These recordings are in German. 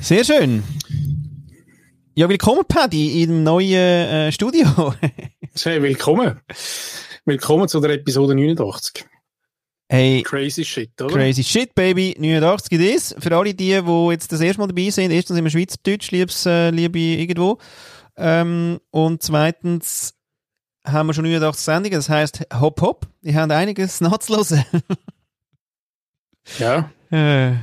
Sehr schön. Ja, willkommen, Paddy, im neuen äh, Studio. Hey, willkommen. Willkommen zu der Episode 89. hey, Crazy Shit, oder? crazy shit, baby. 89 it is. Für alle die, die jetzt das erste Mal dabei sind, erstens sind wir Schweizerdeutsch, liebes, äh, liebe irgendwo. Ähm, und zweitens haben wir schon 89 Sendungen, das heisst hopp hopp. Die haben einiges nachzuhören. Ja. äh,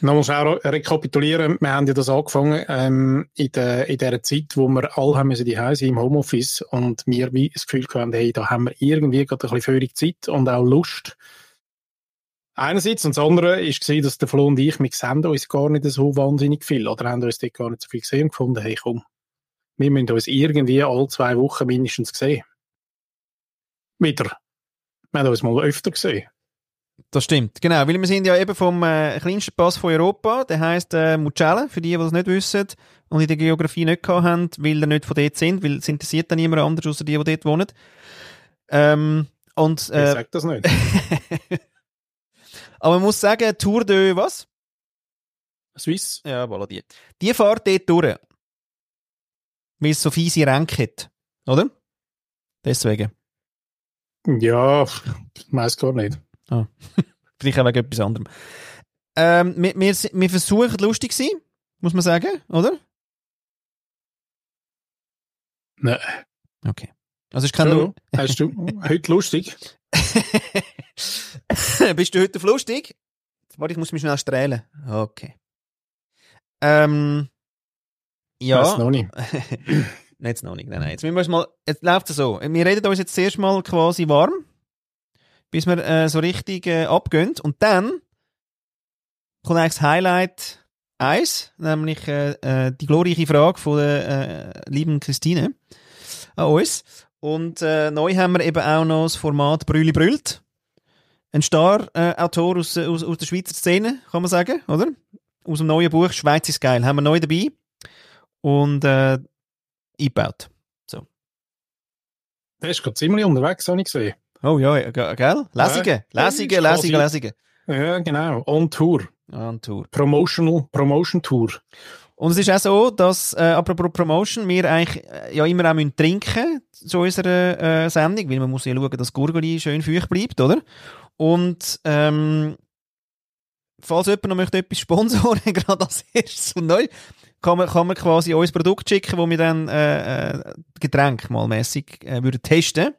Nochmal schnell rekapitulieren. Wir haben ja das angefangen ähm, in, der, in der Zeit, wo wir alle haben müssen die sein im Homeoffice und wir wie das Gefühl gehabt haben, hey, da haben wir irgendwie gerade ein bisschen völlig Zeit und auch Lust. Einerseits und das andere ist gesehen, dass der Flo und ich, wir sehen uns gar nicht so wahnsinnig viel oder haben uns dort gar nicht so viel gesehen und gefunden, hey komm, wir müssen uns irgendwie alle zwei Wochen mindestens sehen. Wieder. Wir haben uns mal öfter gesehen. Das stimmt, genau. Weil wir sind ja eben vom äh, kleinsten Pass von Europa, der heisst äh, Mucelle, für die, die das nicht wissen und in der Geografie nicht gehabt haben, weil die nicht von dort sind, weil es interessiert dann niemand anders, außer die, die dort wohnen. Ähm, und, Ich äh, sag das nicht. aber man muss sagen, Tour de was? Swiss. Ja, voilà, die. Die fährt dort durch. Weil es so fiese Ränke hat, oder? Deswegen. Ja, ich weiß gar nicht. Vielleicht auch wegen etwas anderem. Ähm, wir, wir, wir versuchen lustig zu sein, muss man sagen, oder? Nein. Okay. Also es ist kein Hallo, Hast du heute lustig? Nu- Bist du heute auf lustig? Warte, ich muss mich schnell strahlen. Okay. Ähm, Weiss ja. noch nicht. nein, jetzt noch nicht. Nein, nein. Jetzt, müssen wir es mal, jetzt läuft es so. Wir reden uns jetzt zuerst mal quasi warm, bis wir äh, so richtig äh, abgehen. Und dann kommt eigentlich das Highlight 1, nämlich äh, äh, die glorreiche Frage von der äh, lieben Christine an uns. Und äh, neu haben wir eben auch noch das Format Brülli brüllt. Ein Star-Autor aus, äh, aus, aus der Schweizer Szene, kann man sagen, oder? Aus dem neuen Buch «Schweiz ist geil» haben wir neu dabei und äh, eingebaut. Der ist gerade ziemlich unterwegs, habe ich gesehen. Oh ja, ja, ge- gell? Lesungen, Ja, Lesungen, ist quasi- Lesungen, Lesungen. Ja, genau. On Tour. An Tour. Promotional, Promotion Tour. Und es ist auch so, dass, äh, apropos Promotion, wir eigentlich äh, ja immer auch müssen trinken zu unserer äh, Sendung, weil man muss ja schauen, dass Gurgeli schön feucht bleibt, oder? Und ähm, falls jemand noch möchte etwas sponsoren, gerade als erstes und neu, kann man, kann man quasi uns Produkt schicken, wo wir dann äh, äh, Getränk mal mässig äh, würden testen.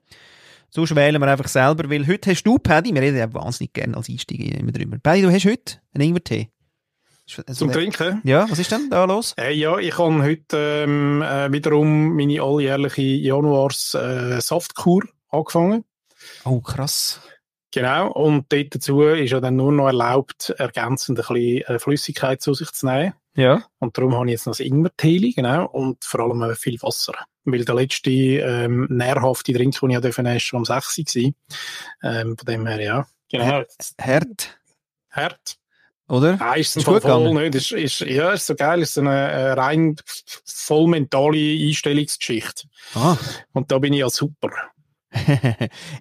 Sonst wählen wir einfach selber, weil heute hast du, Paddy, wir reden ja wahnsinnig gerne als Einsteiger immer drüber. Paddy, du hast heute einen Ingwertee. Ist- also Zum der- Trinken. ja, was ist denn da los? Äh, ja, ich habe heute ähm, äh, wiederum meine alljährliche Januars äh, Saftkur angefangen. Oh, krass. Genau. Und dort dazu ist ja dann nur noch erlaubt, ergänzend ein bisschen äh, Flüssigkeit zu sich zu nehmen. Ja. Und darum habe ich jetzt noch das Ingwertee, genau, und vor allem äh, viel Wasser. Weil der letzte ähm, nährhafte Drink, den ich hatte, war schon um 6 Uhr. gewesen. Ähm, von dem her, ja. Genau. Hart, Hart. oder? Nein, ist es Ist voll, gut voll gegangen. nicht. Ist, ist, ja, ist so geil. Ist so eine äh, rein voll mentale Einstellungsgeschichte. Ah. Und da bin ich ja super.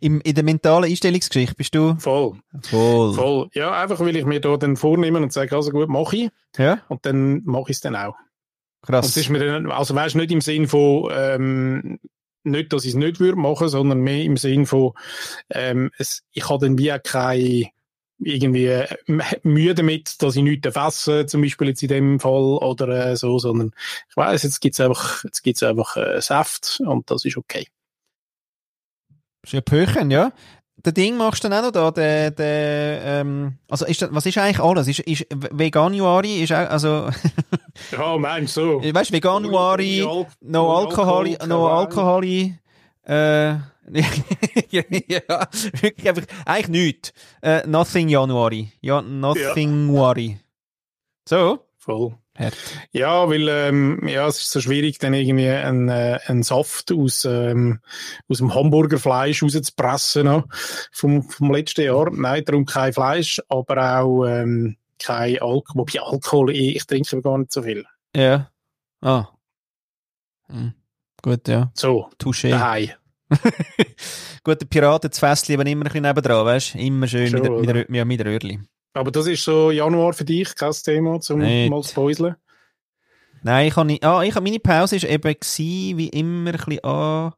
Im, in der mentalen Einstellungsgeschichte bist du Voll. voll. Voll. Ja, einfach weil ich mir da dann vornehme und sage, also gut, mache ich. Ja, Und dann mache ich es dann auch. Und krass. das ist mir dann, also weißt du, nicht im Sinn von, ähm, nicht, dass ich es nicht würde machen, sondern mehr im Sinn von, ähm, es, ich habe dann wie auch keine, irgendwie äh, M- Mühe damit, dass ich nichts fasse, zum Beispiel jetzt in dem Fall oder äh, so, sondern ich weiß, jetzt gibt's einfach, jetzt gibt's einfach äh, Saft und das ist okay. Ist ja Pöchen, ja. Der Ding machst du dann auch noch da, der, der, ähm, also ist das, was ist eigentlich alles? Ist, ist Veganuari, ist auch, also, Ja, Mensch, so. weißt du, Oh. Veganuari, No Alkohol, no Alkohol, äh, ja, wirklich einfach, eigentlich nichts. Äh, nothing Januari. Ja, nothing Wari. So. Voll. Hart. Ja, weil ähm, ja, es ist so schwierig, dann irgendwie einen, äh, einen Saft aus, ähm, aus dem Hamburger Fleisch rauszupressen noch, vom, vom letzten Jahr. Nein, darum kein Fleisch, aber auch ähm, kein Alkohol. Wobei Alkohol, ich, ich trinke gar nicht so viel. Ja. Ah. Hm. Gut, ja. So, Touché. daheim. Gut, der Piraten, das Fässchen, aber immer ein bisschen nebendran, weißt du? Immer schön Schon, mit, der- mit, oder? der- ja, mit der Röhrli. Aber das ist so Januar für dich, kein Thema, zum Nicht. mal zu päuseln. Nein, ich habe nicht. Ah, ich habe meine Pause ist eben gewesen, wie immer ein bisschen an.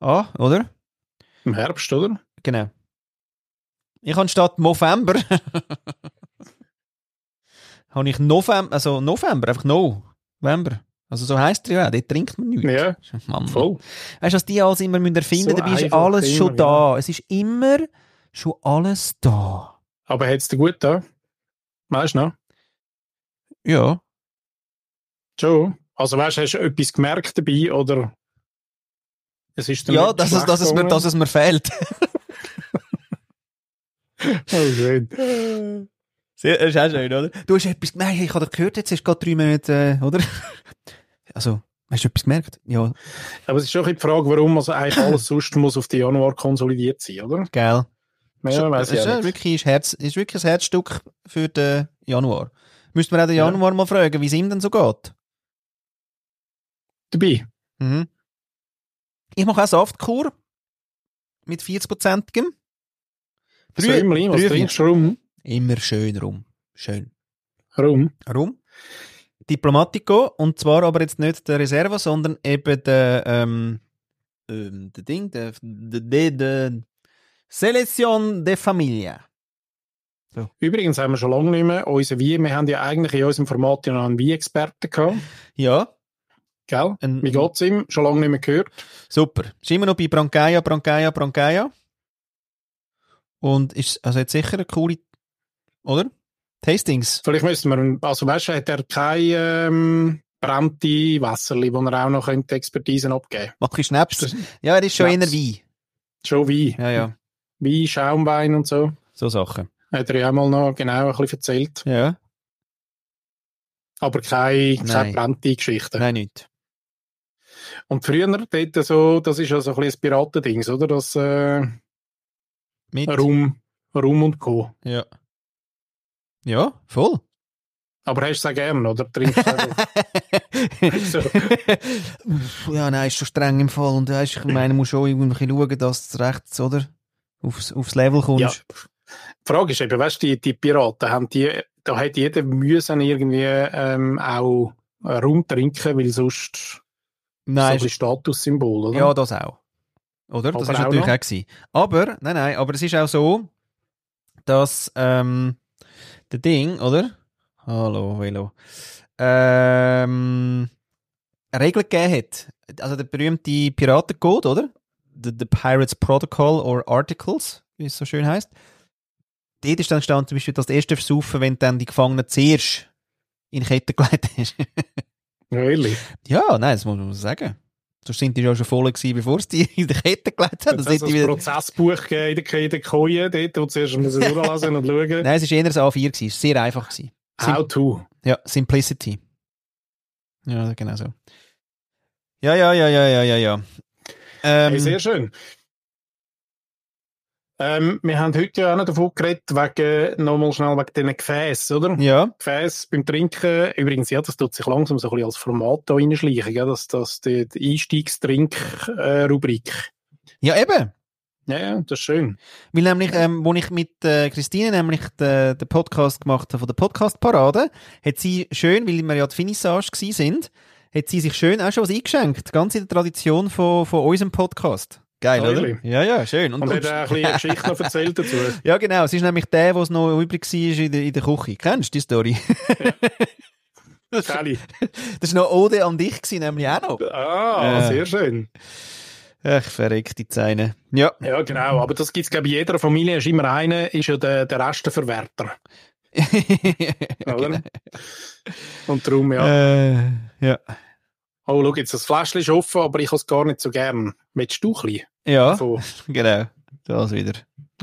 Ah, oder? Im Herbst, oder? Genau. Ich habe statt November habe ich November, also November, einfach November. Also so heisst er ja, auch, dort trinkt man nichts. Ja, Mann. voll. Weißt du, was die alles immer müssen erfinden So müssen? Dabei ist einfach alles immer, schon ja. da. Es ist immer schon alles da. Aber hat's dir gut da? Weißt du noch? Ja. Schon. Also weißt du, hast du etwas gemerkt dabei oder es ist dir Ja, nicht dass es, dass, es mir, schlecht dass es mir fehlt. gegangen? Oh, Sehr, das ist auch schön, oder? Du hast etwas gemerkt, ich habe doch gehört, jetzt hast du gerade drei Minuten, äh, oder? Also, hast du etwas gemerkt? Ja, gut. Aber es ist schon ein bisschen die Frage, warum also eigentlich alles sonst muss auf den Januar konsolidiert sein, oder? geil. Ja, weiß ist, ich ist, auch äh, nicht. wirklich, ist, Herz, ist wirklich ein Herzstück für den Januar. Müsste man auch den Ja. Januar mal fragen, wie es ihm denn so geht. Dabei. Mhm. Ich mache auch Saftkur mit 40-prozentigem. Drei- Säumli, was drei- trinkst du rum? Immer schön rum. Schön. Rum? Rum. Diplomatico, und zwar aber jetzt nicht der Reserva, sondern eben der, ähm, ähm, der Ding, der, der, der, der Selection de Familia. Übrigens haben wir schon lange nicht mehr unseren Wein. Wir haben ja eigentlich in unserem Format ja noch einen Wein-Experten gehabt. Ja, Gell? ein, Wie geht's ihm? Schon lange nicht mehr gehört. super. Ist immer noch bei Brancaia, Brancaia, Brancaia. Und ist also jetzt sicher eine coole, oder? Tastings. Vielleicht müssen wir, also weißt du, hat er kein ähm, brennte Wässerli, wo er auch noch könnte Expertisen abgeben Mach ich Ist Schnaps. das Ja, er ist schon eher Schnaps. Wein. schon Wein? Ja, ja. Wein, Schaumwein und so. So Sachen. Hat er ja auch mal noch genau ein bisschen erzählt. Ja. Aber keine, Nein. keine brennte Geschichte. Nein, nicht. Und früher dort so, das ist ja so ein bisschen ein Piratendings, oder? Das äh, Mit. Rum, Rum und Co. Ja. Ja, voll. Aber hast du es auch gern, oder? Trinkst du auch? So. ja, nein, ist schon streng im Fall. Und weisst, ich meine, muss schon irgendwie ein bisschen schauen, dass du rechts, oder? Aufs, aufs Level Ja. kommst. Die Frage ist eben, weißt du, die, die Piraten haben die, da hat jeder müssen irgendwie ähm, auch Rum trinken, weil sonst Nein, so ein bisschen Statussymbol, oder? ja, das auch. Oder? Das Aber war auch natürlich noch? auch. Gewesen. Aber, nein, nein, aber es ist auch so, dass ähm, der Ding, oder? Hallo, Velo. Ähm, Regeln gegeben hat. Also der berühmte Piratencode, oder? The, the Pirates Protocol or Articles, wie es so schön heißt. Dort ist dann gestanden, zum Beispiel, dass du erst versaufen, wenn du dann die Gefangenen zuerst in Ketten gelegt hast. Ja, ehrlich. Ja, nein, das muss man sagen. Sonst sind die ja schon voll gewesen, bevor sie die in die Kette gelegt haben. Das Das hat hätte so ich ein wieder... Prozessbuch gegeben in der- in der Koje, dort, wo du zuerst musst durchlesen und schauen. Nein, es war eher ein A4. Gewesen. Es war Sehr einfach. Gewesen. How to. Ja, Simplicity. Ja, genau so. nou Ja, ja, ja, ja, ja, ja, ja. Ähm, Hey, sehr schön. Ähm, wir haben heute ja auch noch davon geredet, wegen, nochmal schnell wegen diesen Gefäßen, oder? ja, Gefäß beim Trinken, übrigens, ja, das tut sich langsam so ein bisschen als Format da reinschleichen, gell? Das, das, die die Einstiegstrink-Rubrik. ja, eben. Ja, ja, das ist schön. Weil nämlich, ähm, wo ich mit äh, Christine nämlich de- den Podcast gemacht habe von der Podcast-Parade, hat sie schön, weil wir ja die Finissage gewesen sind, hat sie sich schön auch schon was eingeschenkt. Ganz in der Tradition von, von unserem Podcast. Geil, Ah, oder? wirklich? Ja, ja, schön. Und hat äh, auch ein bisschen eine Geschichte noch erzählt dazu. Ja, genau. Es ist nämlich der, der noch übrig war in der, in der Küche. Kennst du die Story? das war Kelly. noch Ode an dich, gewesen, nämlich auch noch. Ah, Ja. sehr schön. Ach, verreckte Zeine. Ja, Ja, genau. Aber das gibt's, glaube ich, in jeder Familie. Ist immer einer, ist ja der, der Resteverwerter. Oder? Und darum, ja. Äh, ja. Oh, schau jetzt, das Fläschchen ist offen, aber ich habe es gar nicht so gern. Mit du ein bisschen Ja, davon? genau. Das wieder.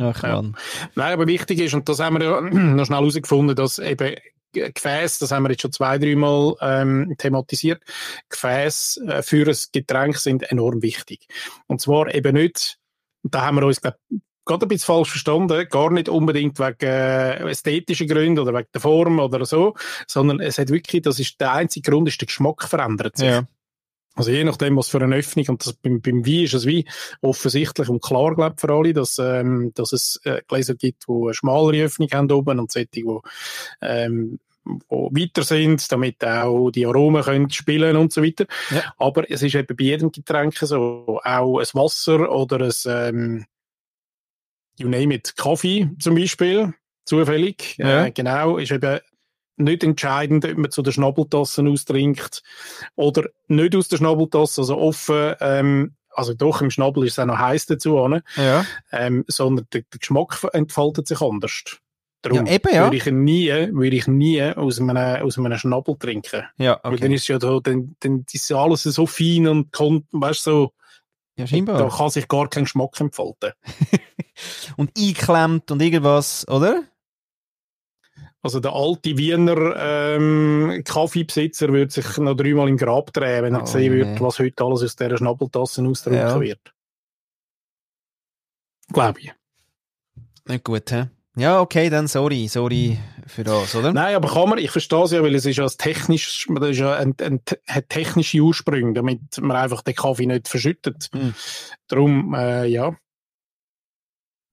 Ach, Ja. Mann. Nein, aber wichtig ist, und das haben wir ja noch schnell herausgefunden, dass eben Gefäß, das haben wir jetzt schon zwei, dreimal ähm, thematisiert, Gefäß äh, für ein Getränk sind enorm wichtig. Und zwar eben nicht, und da haben wir uns, glaube gerade ein bisschen falsch verstanden, gar nicht unbedingt wegen äh, ästhetischen Gründen oder wegen der Form oder so, sondern es hat wirklich, das ist der einzige Grund, ist der Geschmack verändert sich. Ja. Also je nachdem, was für eine Öffnung, und das, beim, beim Wein ist es wie offensichtlich und klar, glaube für alle, dass, ähm, dass es äh, Gläser gibt, die eine schmalere Öffnung haben oben und solche, die ähm, wo weiter sind, damit auch die Aromen können spielen und so weiter. Ja. Aber es ist eben bei jedem Getränk so, auch ein Wasser oder ein, ähm, you name it, Kaffee zum Beispiel, zufällig, Ja. äh, genau, ist eben nicht entscheidend, ob man zu den Schnabeltassen austrinkt oder nicht aus der Schnabeltasse, also offen, ähm, also doch, im Schnabel ist es auch noch heiß dazu, oder? Ja. ähm, sondern der, der Geschmack entfaltet sich anders. Ja, Darum eben, ja. würde ich nie, würde ich nie aus einem, aus einem Schnabel trinken. Ja, Weil dann okay. ist ja da, dann, dann ist ja alles so fein und kommt, weißt du, so, Ja, da scheinbar. kann sich gar kein Geschmack entfalten. Und einklemmt und irgendwas, oder? Also der alte Wiener ähm, Kaffeebesitzer würde sich noch dreimal im Grab drehen, wenn er Oh, sehen würde, nee. was heute alles aus dieser Schnabeltasse ausgetrunken Ja. wird. Glaube ich. Nicht gut, hä? Ja, okay, dann sorry, sorry für das, oder? Nein, aber kann man, ich verstehe es ja, weil es ist ja ein technisch, das ist ja ein, ein, hat technische Ursprünge, damit man einfach den Kaffee nicht verschüttet. Mhm. Darum, äh, ja.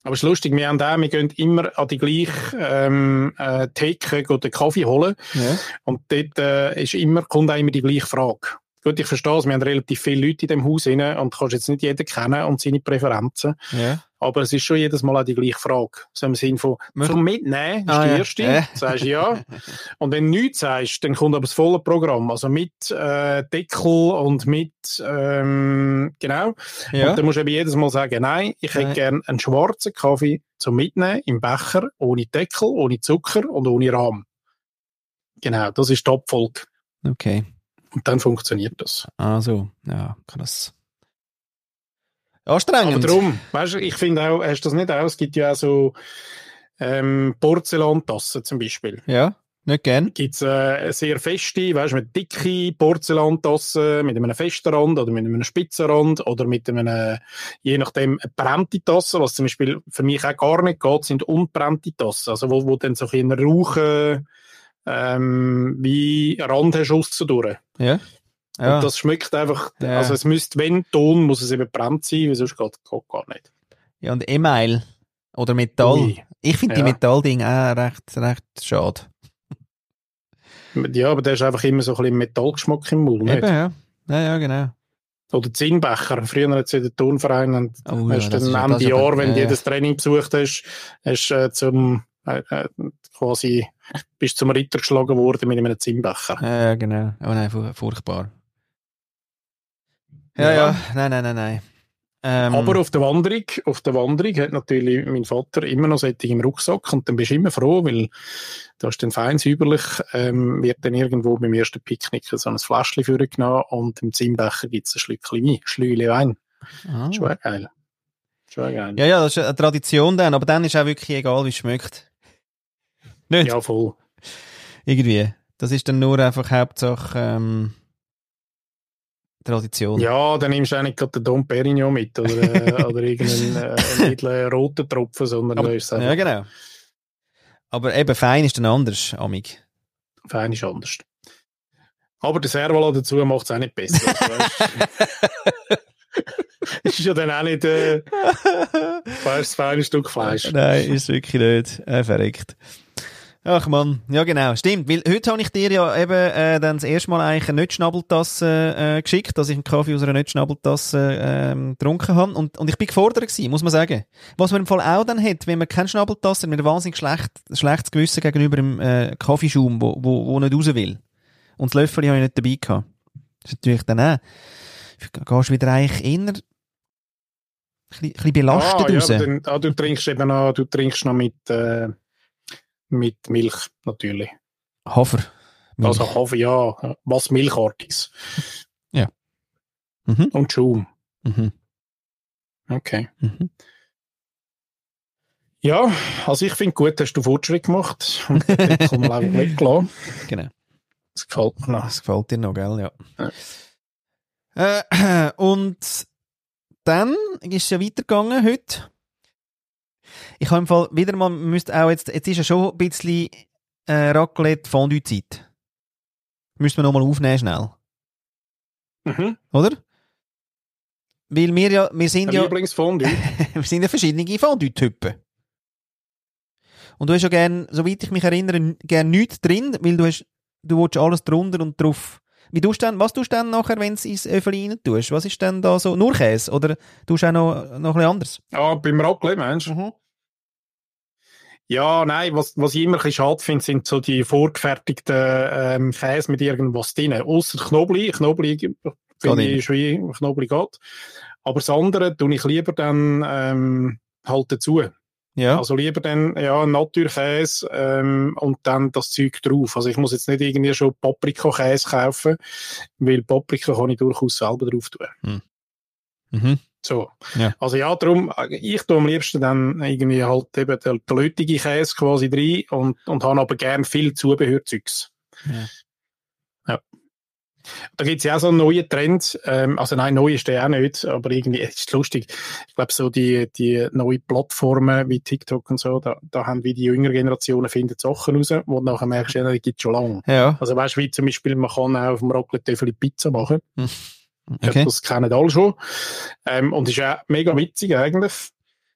Aber es ist lustig, wir haben auch, wir gehen immer an die gleiche ähm, äh, Theke gehen den Kaffee holen Ja. und dort äh, ist immer, kommt auch immer die gleiche Frage. Gut, ich verstehe es, wir haben relativ viele Leute in dem Haus rein und kannst jetzt nicht jeden kennen und seine Präferenzen, ja. aber es ist schon jedes Mal auch die gleiche Frage. So im Sinn von, Möcht- zum Mitnehmen ist Ah, die ja. erste, Ja. sagst ja, und wenn du nichts sagst, dann kommt aber das volle Programm. Also mit äh, Deckel und mit, ähm, genau. Ja. Und dann musst du eben jedes Mal sagen, nein, ich hätte Nein. gern einen schwarzen Kaffee zum Mitnehmen im Becher, ohne Deckel, ohne Zucker und ohne Rahm. Genau, das ist die Abfolge. Okay. Und dann funktioniert das. Also, ja, krass. Aber Anstrengend. darum, weißt du, ich finde auch, hast du das nicht auch, es gibt ja auch so ähm, Porzellantassen zum Beispiel. Ja, nicht gern. gibt es äh, sehr feste, weißt du, mit dicke Porzellantassen, mit einem festen Rand oder mit einem spitzen Rand oder mit einem, äh, je nachdem, eine brennte Tasse, was zum Beispiel für mich auch gar nicht geht, sind unbrennte Tassen, also wo, wo dann so ein bisschen Rauchen ähm, wie Rand hast aussen durch. Ja. Und das schmeckt einfach, Ja. also es müsste, wenn Ton, muss es eben brennt sein, weil sonst geht es gar nicht. ja, und E-Mail. Oder Metall. Ui. Ich finde die Ja. Metalldinge auch recht, recht schade. Ja, aber der ist einfach immer so ein bisschen Metallgeschmack im Mund. Eben, nicht? ja. Ja, ja, genau. Oder Zinnbecher. Früher hat es ja den Turnverein und Oh, ja, hast das ist dann ja- am das ist Jahr, aber- wenn ja, du ja. jedes Training besucht hast, hast äh, zum äh, äh, quasi bist zum Ritter geschlagen worden mit einem Zinnbecher. Ja, ja, genau. Oh nein, fu- furchtbar. Ja, ja, Ja. nein, nein, nein, nein. Ähm, Aber auf der Wanderung, auf der Wanderung hat natürlich mein Vater immer noch solche im Rucksack und dann bist du immer froh, weil da ist dann fein säuberlich, ähm, wird dann irgendwo beim ersten Picknick so ein Fläschchen für genommen und im Zinnbecher gibt es ein Schlückchen Wein, Schlüle Wein. ah. Schon geil. Schon geil. Ja, ja, das ist eine Tradition dann, aber dann ist auch wirklich egal, wie es schmeckt. Nicht? ja, voll. Irgendwie. Das ist dann nur einfach Hauptsache ähm, Tradition. Ja, dann nimmst du auch nicht gerade den Dom Perignon mit oder, äh, oder irgendeinen äh, edlen roten Tropfen, sondern Aber- da ist es ja, einfach genau. Aber eben fein ist dann anders, Amig. fein ist anders. Aber der Servola dazu macht es auch nicht besser. Also, weisst du, ist ja dann auch nicht äh, weißt, das feine Stück Fleisch. Nein, ist wirklich nicht. Äh, verreckt. Ach man, ja genau, stimmt. Weil heute habe ich dir ja eben äh, dann das erste Mal eigentlich eine Nicht-Schnabeltasse äh, geschickt, dass ich einen Kaffee aus einer Nicht-Schnabeltasse ähm, getrunken habe. Und, und ich bin gefordert gewesen, muss man sagen. Was man im Fall auch dann hat, wenn man keine Schnabeltasse hat, mit einem wahnsinnig schlecht, schlechtes Gewissen gegenüber dem äh, Kaffeeschaum, wo, wo, wo nicht raus will. Und das Löffel habe ich nicht dabei gehabt. Das ist natürlich dann auch, gehst du wieder eigentlich eher ein bisschen, ein bisschen belastet ja, raus. aber dann, ah, du trinkst eben noch, du trinkst noch mit, äh, mit Milch natürlich. Hafer. Also Kaffee, ja, was Milchartiges. Ja. Mhm. Und Schaum. Mhm. Okay. Mhm. Ja, also ich finde gut, hast du Fortschritt gemacht und den Deckel mal einfach weggelassen. Genau. Das gefällt mir noch. Das gefällt dir noch, gell? Ja. Ja. Äh, und dann ist es ja weitergegangen heute. Ich habe im Fall wieder mal, müsst auch jetzt, jetzt ist ja schon ein bisschen eh, äh, Raclette-Fondue-Zeit. Müssen wir nochmal aufnehmen schnell. Mhm. oder? Weil wir ja, wir sind ja, Lieblingsfondue. wir sind ja verschiedene Fondue-Typen. Und du hast ja gern, soweit ich mich erinnere, gern nichts drin, weil du hast, du willst alles drunter und drauf. Wie tust du denn, was tust du denn nachher, wenn du es ins Öffel rein tust? Was ist denn da so? Nur Käse? Oder tust du auch noch, noch ein bisschen anders? Ah, beim Raclette, meinst du? Ja, nein, was, was ich immer ein bisschen schade finde, sind so die vorgefertigten ähm, Käse mit irgendwas drin. Außer Knobli. Knobli finde immer. ich schon, Knobli geht. Aber das andere tue ich lieber dann ähm, halt dazu. Ja. Also lieber dann ja, Naturkäse ähm, und dann das Zeug drauf. Also ich muss jetzt nicht irgendwie schon Paprikakäse kaufen, weil Paprika kann ich durchaus selber drauf tun. mhm. So. Ja. Also ja, darum, äh, ich tue am liebsten dann irgendwie halt eben den, den lötigen Käse quasi rein und, und habe aber gern viel Zubehörzeugs. Ja. Ja. Da gibt es ja auch so einen neuen Trend, ähm, also nein, neu ist der auch nicht, aber irgendwie es ist lustig. Ich glaube, so die, die neuen Plattformen wie TikTok und so, da, da haben wie die jüngeren Generationen finden Sachen raus, wo du nachher merkst, ja, die gibt es schon lange. Ja. Also weißt du, wie zum Beispiel, man kann auch auf dem Raclette-Töffel Pizza machen. Ja, Okay. Das kennen alle schon. Ähm, und ist ja mega witzig eigentlich.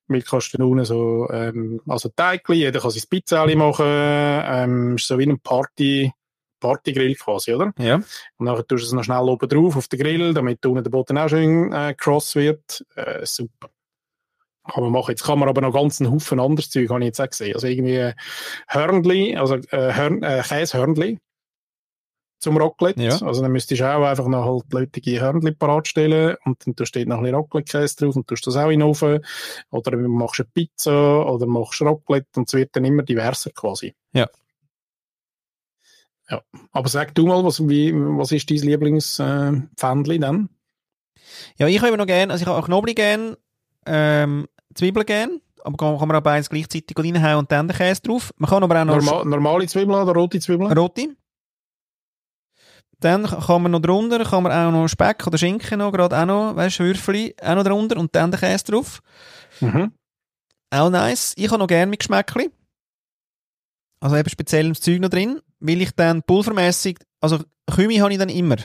Weil du kannst dann unten so, ähm, also Teigli, jeder kann sein Pizzali machen, ähm, ist so wie ein Party, Partygrill quasi, oder? Ja. Und nachher tust du es noch schnell oben drauf auf den Grill, damit unten der Boden auch schön äh, cross wird. Äh, super. Kann man machen. Jetzt kann man aber noch ganz einen Haufen anderes Zeug, habe ich jetzt auch gesehen. Also irgendwie äh, Hörnli, also äh, Hörn, äh, Käsehörnli zum Raclette. Ja. Also dann müsstest du auch einfach noch halt lötige Hörnli parat stellen und dann tust du dort noch ein bisschen Raclette-Käse drauf und tust das auch in den Ofen. Oder machst eine Pizza oder machst Raclette und es wird dann immer diverser quasi. Ja. Ja. Aber sag du mal, was, wie, was ist dein Lieblingspfändli äh, Pfändli dann? Ja, ich habe eben noch gerne, also ich habe auch Knoblauch gerne, ähm, Zwiebeln gerne, aber kann, kann man auch beides gleichzeitig reinhauen und dann den Käse drauf. Man kann aber auch noch Norma normale Zwiebeln oder rote Zwiebeln? Rote. Dann kann man noch drunter, kann man auch noch Speck oder Schinken noch, gerade auch noch, weißt du, Würfeli auch noch drunter und dann den Käse drauf. Mhm. Auch nice. Ich habe noch gerne mit Geschmäckli. Also eben spezielles Zeug noch drin, weil ich dann pulvermässig, also Kümi habe ich dann immer.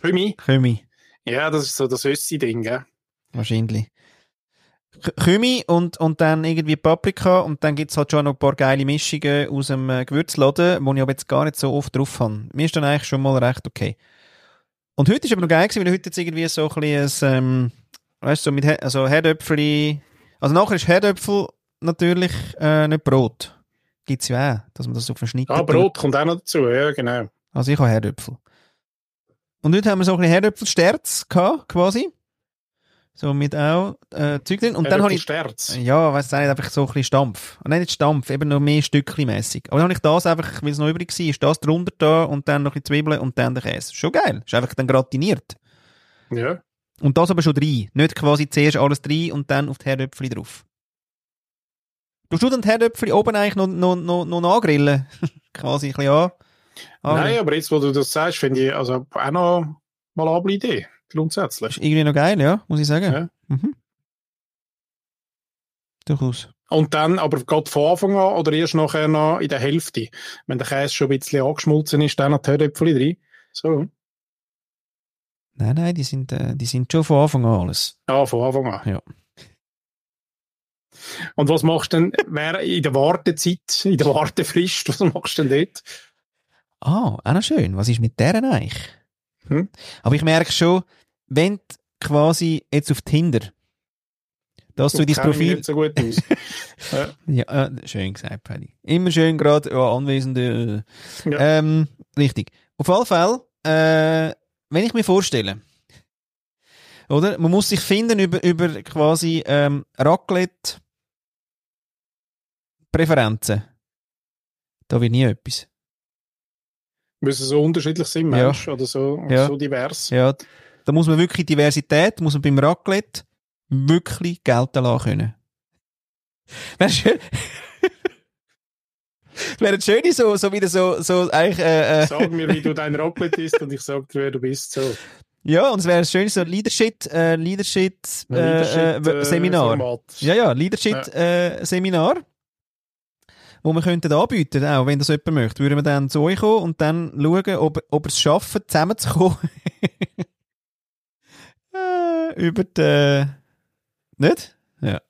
Für mich? Kümi. Ja, das ist so das Össi-Ding, gell? Wahrscheinlich. K- Kümmel und, und dann irgendwie Paprika und dann gibt es halt schon noch ein paar geile Mischungen aus dem äh, Gewürzladen, wo ich aber jetzt gar nicht so oft drauf habe. Mir ist dann eigentlich schon mal recht okay. Und heute ist aber noch geil gewesen, weil heute jetzt irgendwie so ein bisschen, ein, ähm, weißt du, so mit He also Herdöpfel, also nachher ist Herdöpfel natürlich äh, nicht Brot. Gibt es ja auch, dass man das so verschnitten Ah, Brot kommt auch noch dazu, ja, genau. also ich habe Herdöpfel. Und heute haben wir so ein bisschen Herdöpfelsterz gehabt, quasi. So mit auch äh, Zeug drin. Und dann habe ich... Sterz. Ja, weißt du, einfach so ein bisschen Stampf. Ah, Nein, nicht Stampf, eben noch mehr stückchenmässig. Aber dann habe ich das einfach, weil es noch übrig war, ist das drunter da und dann noch ein bisschen Zwiebeln und dann der Käse. Schon geil. Ist einfach dann gratiniert. Ja. Und das aber schon drei. Nicht quasi zuerst alles drei und dann auf die Herdöpfel drauf. Tust du dann die Herdöpfel oben eigentlich noch, noch, noch, noch angrillen? quasi ein bisschen an. Ah, Nein, aber jetzt, wo du das sagst, finde ich also auch noch mal eine Idee, grundsätzlich. Ist irgendwie noch geil, ja, muss ich sagen. Ja. Mhm. Durchaus. Und dann aber gerade von Anfang an oder erst nachher noch in der Hälfte. Wenn der Käse schon ein bisschen angeschmolzen ist, dann noch die Herdöpfel drin. So. Nein, nein, die sind, äh, die sind schon von Anfang an alles. Ja, Ah, von Anfang an. Ja. Und was machst du denn wer- in der Wartezeit, in der Wartefrist, was machst du denn dort? Ah, auch noch schön. Was ist mit deren eigentlich? Hm? Aber ich merke schon, wenn du quasi jetzt auf Tinder, dass du dein Das kenne ich mich Profil. Nicht so gut aus. Ja, äh, schön gesagt, Paddy. Immer schön gerade ja, Anwesende. Äh. Ja. Ähm, richtig. Auf alle Fälle, äh, wenn ich mir vorstelle, oder? Man muss sich finden über, über quasi ähm, Raclette-Präferenzen. Da wird nie etwas. Müssen so unterschiedlich sein, Ja. Mensch, oder so, Ja. so divers. Ja, d- da muss man wirklich Diversität, muss man beim Raclette wirklich gelten lassen können. Wäre schön. Wäre schön, so, so wieder so, so eigentlich, äh, äh, Sag mir, wie du dein Raclette isst und ich sag dir, wer du bist. So. äh, ja, und es wäre schön, so Leadership, äh, Leadership, Ein äh, Leadership, äh, äh, Seminar. Format. Ja, ja, Leadership, äh, Seminar. die wir könnten anbieten auch wenn das jemand möchte. Würden wir dann zu euch kommen und dann schauen, ob, ob ihr es schaffen, zusammenzukommen. äh, über die... Nicht? Ja.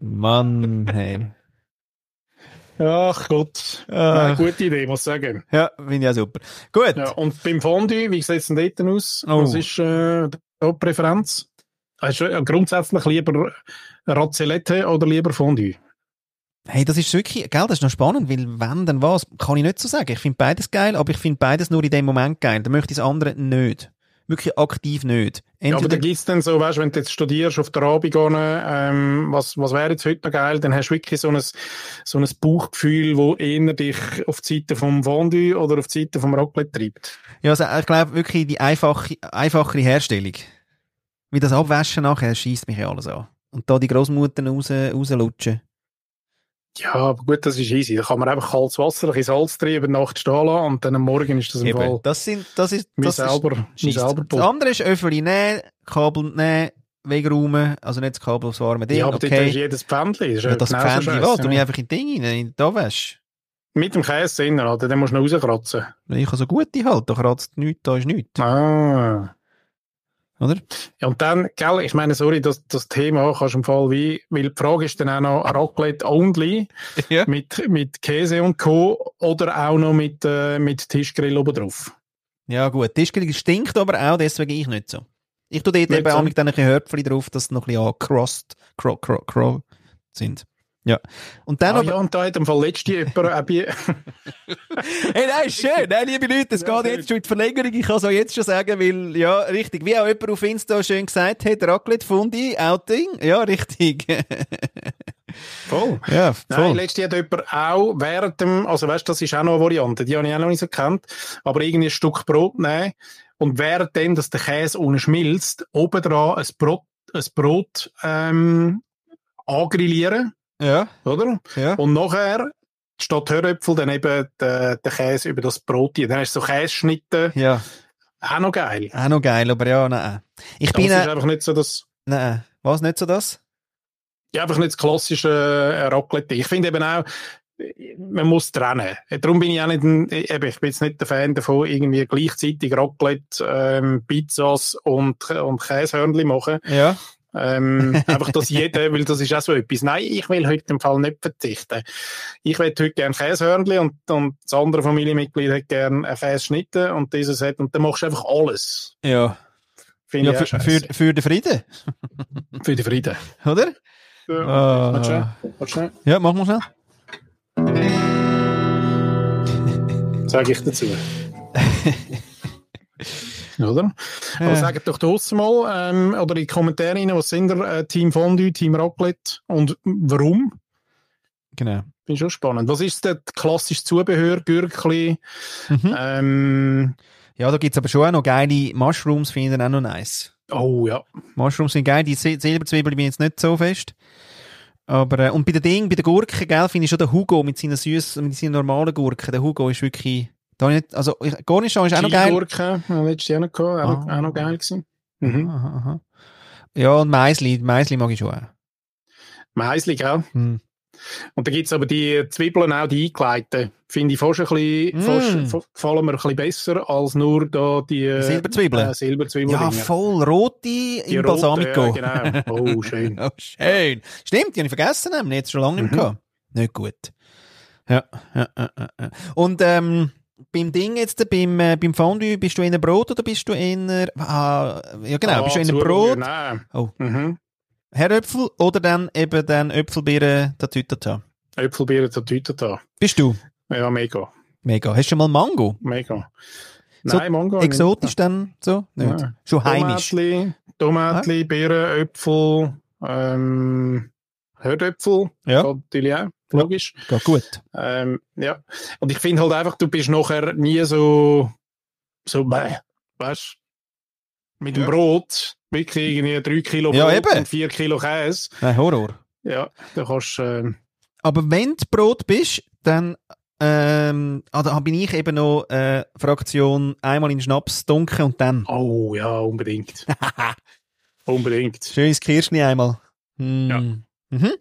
Mann, hey. Ach Gott. Äh, Nein, gute Idee, muss ich sagen. ja, finde ich auch super. Gut. Ja, und beim Fondue, wie sieht es denn dort aus? Oh. Was ist äh, die Präferenz? Hast du äh, grundsätzlich lieber Razzolette oder lieber Fondue? Hey, das ist wirklich, gell, das ist noch spannend, weil wenn, dann was, kann ich nicht so sagen. Ich finde beides geil, aber ich finde beides nur in dem Moment geil. Dann möchte ich das andere nicht. Wirklich aktiv nicht. Ja, aber da Entweder, gibt es dann so, weißt du, wenn du jetzt studierst auf der Abend, gehen, ähm, was, was wäre jetzt heute noch geil, dann hast du wirklich so ein, so ein Bauchgefühl, wo eher dich auf die Seite vom Fondue oder auf die Seite vom Raclette treibt. ja, also ich glaube wirklich die einfache, einfachere Herstellung. Wie das Abwaschen nachher schießt mich ja alles an. Und da die Großmutter raus, rauslutschen. Ja, aber gut, das ist easy. Da kann man einfach kaltes Wasser, ein bisschen Salz drin, über Nacht stehen lassen und dann am Morgen ist das im Fall. Eben, das sind, das ist, Mir das ist, selber, mir scheisst. selber Das andere ist Öffeli nehmen, Kabel nehmen, wegräumen, also nicht das Kabel aufs warme Ding, Ja, aber dort hast du okay. jedes Pfändchen. ist Ja, das genauso Pfändchen, scheisse, was? Tu ich ne? einfach in die Dinge rein, in die Abwäsche. Mit dem Käse drin, Alter, den musst du noch rauskratzen. Weil Ich habe so gute halt, da kratzt nichts, da ist nichts. Ah. Oder? Ja, und dann, gell, ich meine, sorry, das, das Thema kannst du im Fall wie, weil die Frage ist dann auch noch Raclette only Ja. mit, mit Käse und Co. oder auch noch mit, äh, mit Tischgrill oben drauf. Ja gut, Tischgrill stinkt aber auch, deswegen ich nicht so. Ich tue dort Nicht eben so. auch mit diesen Hörpfli drauf, dass sie noch ein bisschen angecrossed cro, cro, cro sind. Ja. Und dann ah, aber... ja, und da hat im Fall letzte jemand, auch bei- Hey, nein, ist schön, nein, liebe Leute, es Ja, geht schön. jetzt schon in die Verlängerung, ich kann es auch jetzt schon sagen, weil, ja, richtig, wie auch jemand auf Insta schön gesagt hat, Raclette, Fundi, Outing, ja, richtig. voll. ja, Nein, letzte hat jemand auch während dem, also weißt du, das ist auch noch eine Variante, die habe ich auch noch nicht so gekannt, aber irgendwie ein Stück Brot nehmen und währenddem, dass der Käse unten schmilzt, obendran ein Brot, ein Brot ähm, angrillieren, Ja, oder? ja. Und nachher, statt Höröpfel, dann eben den, den Käse über das Brot. rein. Dann hast du so Käseschnitte, Ja, auch noch geil. auch noch geil, aber ja, nein. Ich Aber bin... es ist Äh, einfach nicht so das... nein, was, nicht so das? ja, einfach nicht das klassische äh, Raclette. Ich finde eben auch, äh, man muss trennen. Äh, Darum bin ich auch nicht, ein, äh, eben, ich bin jetzt nicht der Fan davon, irgendwie gleichzeitig Raclette, ähm, Pizzas und, und Käsehörnli machen. Ja. Ähm, einfach, dass jeder, weil das ist auch so etwas. Nein, ich will heute im Fall nicht verzichten. Ich will heute gerne Käsehörnli und, und das andere Familienmitglied hat gerne einen Käseschnitten und dieses hat, und dann machst du einfach alles. Ja, ja Finde ich auch für, scheisse. für, für den Frieden, für den Frieden. oder? Ja, Ah. warte schnell, warte schnell. Ja, machen wir schnell. Sage ich dazu. oder? Aber Äh. sagt doch draußen mal ähm, oder in die Kommentare rein, was sind ihr? Äh, Team Fondue, Team Raclette und warum? Genau. Bin schon spannend. Was ist denn klassisches Zubehör? Gürkli? Mhm. Ähm, Ja, da gibt es aber schon auch noch geile Mushrooms, finde ich dann auch noch nice. oh ja. Mushrooms sind geil, die Sil- Silberzwiebeln bin ich jetzt nicht so fest. Aber, äh, und bei den Ding, bei den Gurken, gell, finde ich schon den Hugo mit seinen süßen, mit seinen normalen Gurken. Der Hugo ist wirklich, da nicht, also, ich- Cornichon ist auch noch geil. Gurke, letztes Jahr noch gehabt, auch, noch- Ah. auch noch geil gewesen. Mhm. Aha, aha. Ja, und Meisli, Meisli mag ich schon auch. Meisli, gell? Hm. Und da gibt es aber die eh, Zwiebeln auch, nou die eingelegten. Finde ich fast ein bisschen, Mm. fast, fa- gefallen mir ein bisschen besser als nur da die Die äh, Silberzwiebeln. äh, Silberzwiebeln. ja, voll, rote Die im roten, Balsamico. Ja, genau. Oh, schön. Oh, schön. Stimmt, die habe ich vergessen, haben wir jetzt schon lange nicht Mhm. mehr gehabt. Nicht gut. Ja, ja, ja, ja, ja. Und ähm, beim Ding jetzt, beim, äh, beim Fondue, bist du in Brot oder bist du in ah, ja genau, Ah, bist du in Zubehör, Brot, Nein. Oh. Mhm. Herröpfel oder dann eben dann Äpfelbeeren der Tütata? Äpfelbier zur Tüte da. Bist du? Ja, mega. Mega. Hast du schon mal Mango? Mega. So Nein, Mango. nicht. Exotisch dann so? Nicht. Nein. Schon heimisch. Tomatli, Tomatli, Beeren, Äpfel, ähm, Herdöpfel. Ja. Geht Natürlich auch. Logisch. Geht gut. Ähm, ja. Und ich finde halt einfach, du bist nachher nie so, so, bäh, weißt du, mit dem Ja. Brot, wirklich irgendwie 3 Kilo Brot Ja, eben. und 4 Kilo Käse. Nein, Horror. Ja, da kannst du, ähm, Aber wenn du Brot bist, dann ähm, ah, da bin ich eben noch äh, Fraktion einmal in Schnaps dunkel und dann Oh ja, unbedingt. unbedingt. schönes Kirschli einmal. Hm. Mhm.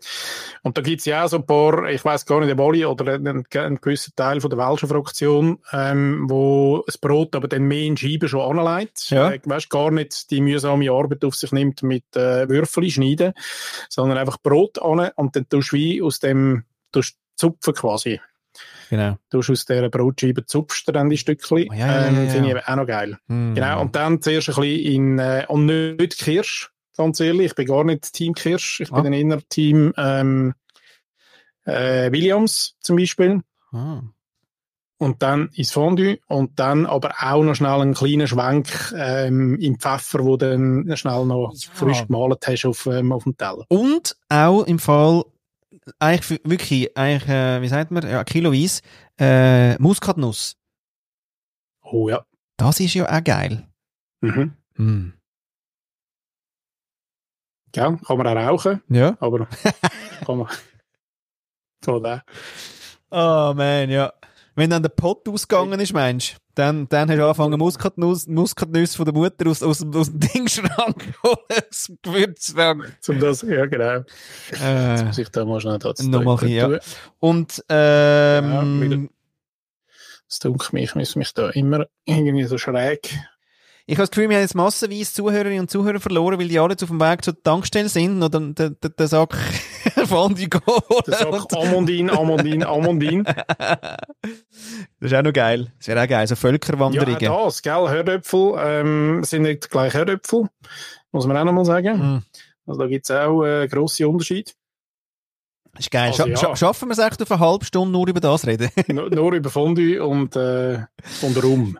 Und da gibt es ja auch so ein paar, ich weiß gar nicht, ob alle oder ein, ein gewisser Teil von der welschen Fraktion, ähm, wo das Brot aber dann mehr in Scheiben schon anlegt. Ja. Äh, weißt gar nicht die mühsame Arbeit auf sich nimmt mit äh, Würfeln schneiden, sondern einfach Brot an und dann tust du wie aus dem, tust zupfen quasi. Genau. Du aus dieser Brotscheibe zupfst du dann die Stückchen. Oh, ja, ja, ähm, ja, ja. Finde ich eben auch noch geil. Hm. Genau, und dann zuerst ein bisschen in, äh, und nicht Kirsch, ganz ehrlich, ich bin gar nicht Team Kirsch, ich Ah. bin dann eher Team ähm, äh, Williams zum Beispiel. Ah. Und dann ins Fondue und dann aber auch noch schnell einen kleinen Schwenk ähm, im Pfeffer, wo du dann schnell noch Ja. frisch gemahlen hast auf, ähm, auf dem Teller. Und auch im Fall, eigentlich für- wirklich, eigentlich, äh, wie sagt man, ja, kiloweise, äh, Muskatnuss. Oh ja. Das ist ja auch geil. Hmm. Mhm. Gell? Kann man auch rauchen, Ja. aber kann man. So, da. Oh man, ja. Wenn dann der Pott ausgegangen ist, Mensch, dann, dann hast du angefangen, Muskatnuss, Muskatnüsse von der Mutter aus, aus, aus dem Dingschrank holen, aus dem Gewürzschrank. Zum das, ja genau. Jetzt Äh, muss ich da mal schnell dazu Nochmal ein bisschen, tun. und, Ja, wieder. ähm, Das dunkelt mich, ich muss mich da immer irgendwie so schräg. Ich habe das Gefühl, wir haben jetzt massenweise Zuhörerinnen und Zuhörer verloren, weil die alle jetzt auf dem Weg zur Tankstelle sind und dann den, den, den Sack Fondue geholt. Das sagt Amundin, Amundin, Amundin. Das ist auch noch geil. Das wäre auch geil, so Ja, Völkerwanderungen. auch das, gell? Höröpfel ähm, sind nicht gleich Höröpfel, muss man auch nochmal sagen. Mhm. Also da gibt es auch äh, grosse Unterschiede. Das ist geil. Also Scha ja. scha schaffen wir es echt auf eine halbe Stunde nur über das reden? nur, nur über Fondue und, äh, und Rum.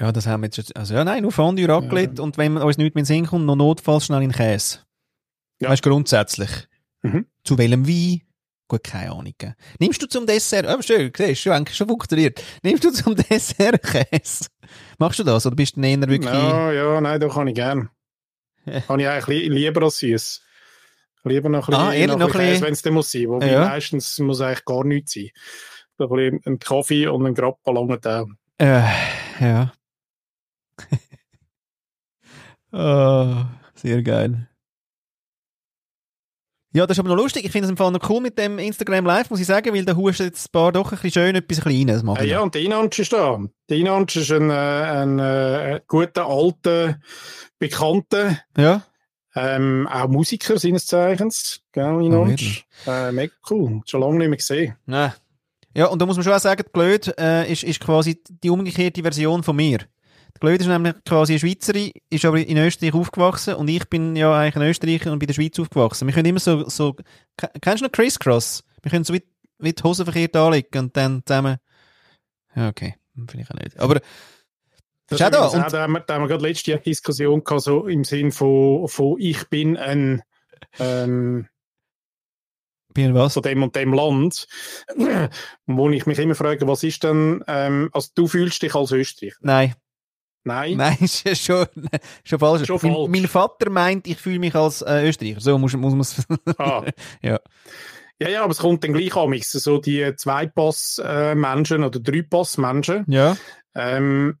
Ja, das haben wir jetzt schon. Also ja, nein, nur Fondue, Raclette und wenn uns nichts mehr in den Sinn kommt, noch notfalls schnell in Käse. Ja. Weißt du, grundsätzlich. Mhm. Zu welchem Wein? Gut, keine Ahnung. gell. Nimmst du zum Dessert, oh, schön, siehst du, schon, schon funktioniert. Nimmst du zum Dessert Käse? Machst du das oder bist du eher wirklich... Ja, ja, nein, da kann ich gern. Ja. Kann ich eigentlich li lieber als süß. Lieber noch ein Ah, ehrlich, noch ein bisschen- wenn es dann muss sein. Wobei Ja. meistens muss eigentlich gar nichts sein. Ein, bisschen, ein Kaffee und ein Grappa lange auch. Äh, ja. oh, sehr geil. Ja, das ist aber noch lustig. Ich finde es im Fall noch cool mit dem Instagram Live, muss ich sagen, weil da hust jetzt ein paar doch ein bisschen schön etwas ein bisschen rein. Das mache Ah, ich ja, noch. und der Inansch ist da. Der Inansch ist ein, äh, ein äh, guter, alter, bekannter, ja. ähm, auch Musiker seines Zeichens. Gell, Inansch? äh, mega cool. Schon lange nicht mehr gesehen. Nein. Ja, und da muss man schon auch sagen, die Glöd äh, ist, ist quasi die umgekehrte Version von mir. Die Glöd ist nämlich quasi eine Schweizerin, ist aber in Österreich aufgewachsen und ich bin ja eigentlich ein Österreicher und bin in der Schweiz aufgewachsen. Wir können immer so, so ke- kennst du noch Crisscross? Wir können so wie, wie die Hose verkehrt anlegen und dann zusammen... Ja, okay. Vielleicht auch nicht. Aber Ist auch da. übrigens Und- da haben wir, da haben wir gerade letzte Jahr Diskussion gehabt, so im Sinn von, von ich bin ein, ähm, bin was? von dem und dem Land, wo ich mich immer frage, was ist denn, ähm, also du fühlst dich als Österreicher? Nein, Nein. nein, ist schon, schon falsch. Schon mein, falsch. mein Vater meint, ich fühle mich als äh, Österreicher. So muss, muss man es... Ah. Ja. ja, ja, aber es kommt dann gleich an, so die Zweipass-Menschen oder Dreipass-Menschen. ja. Ähm,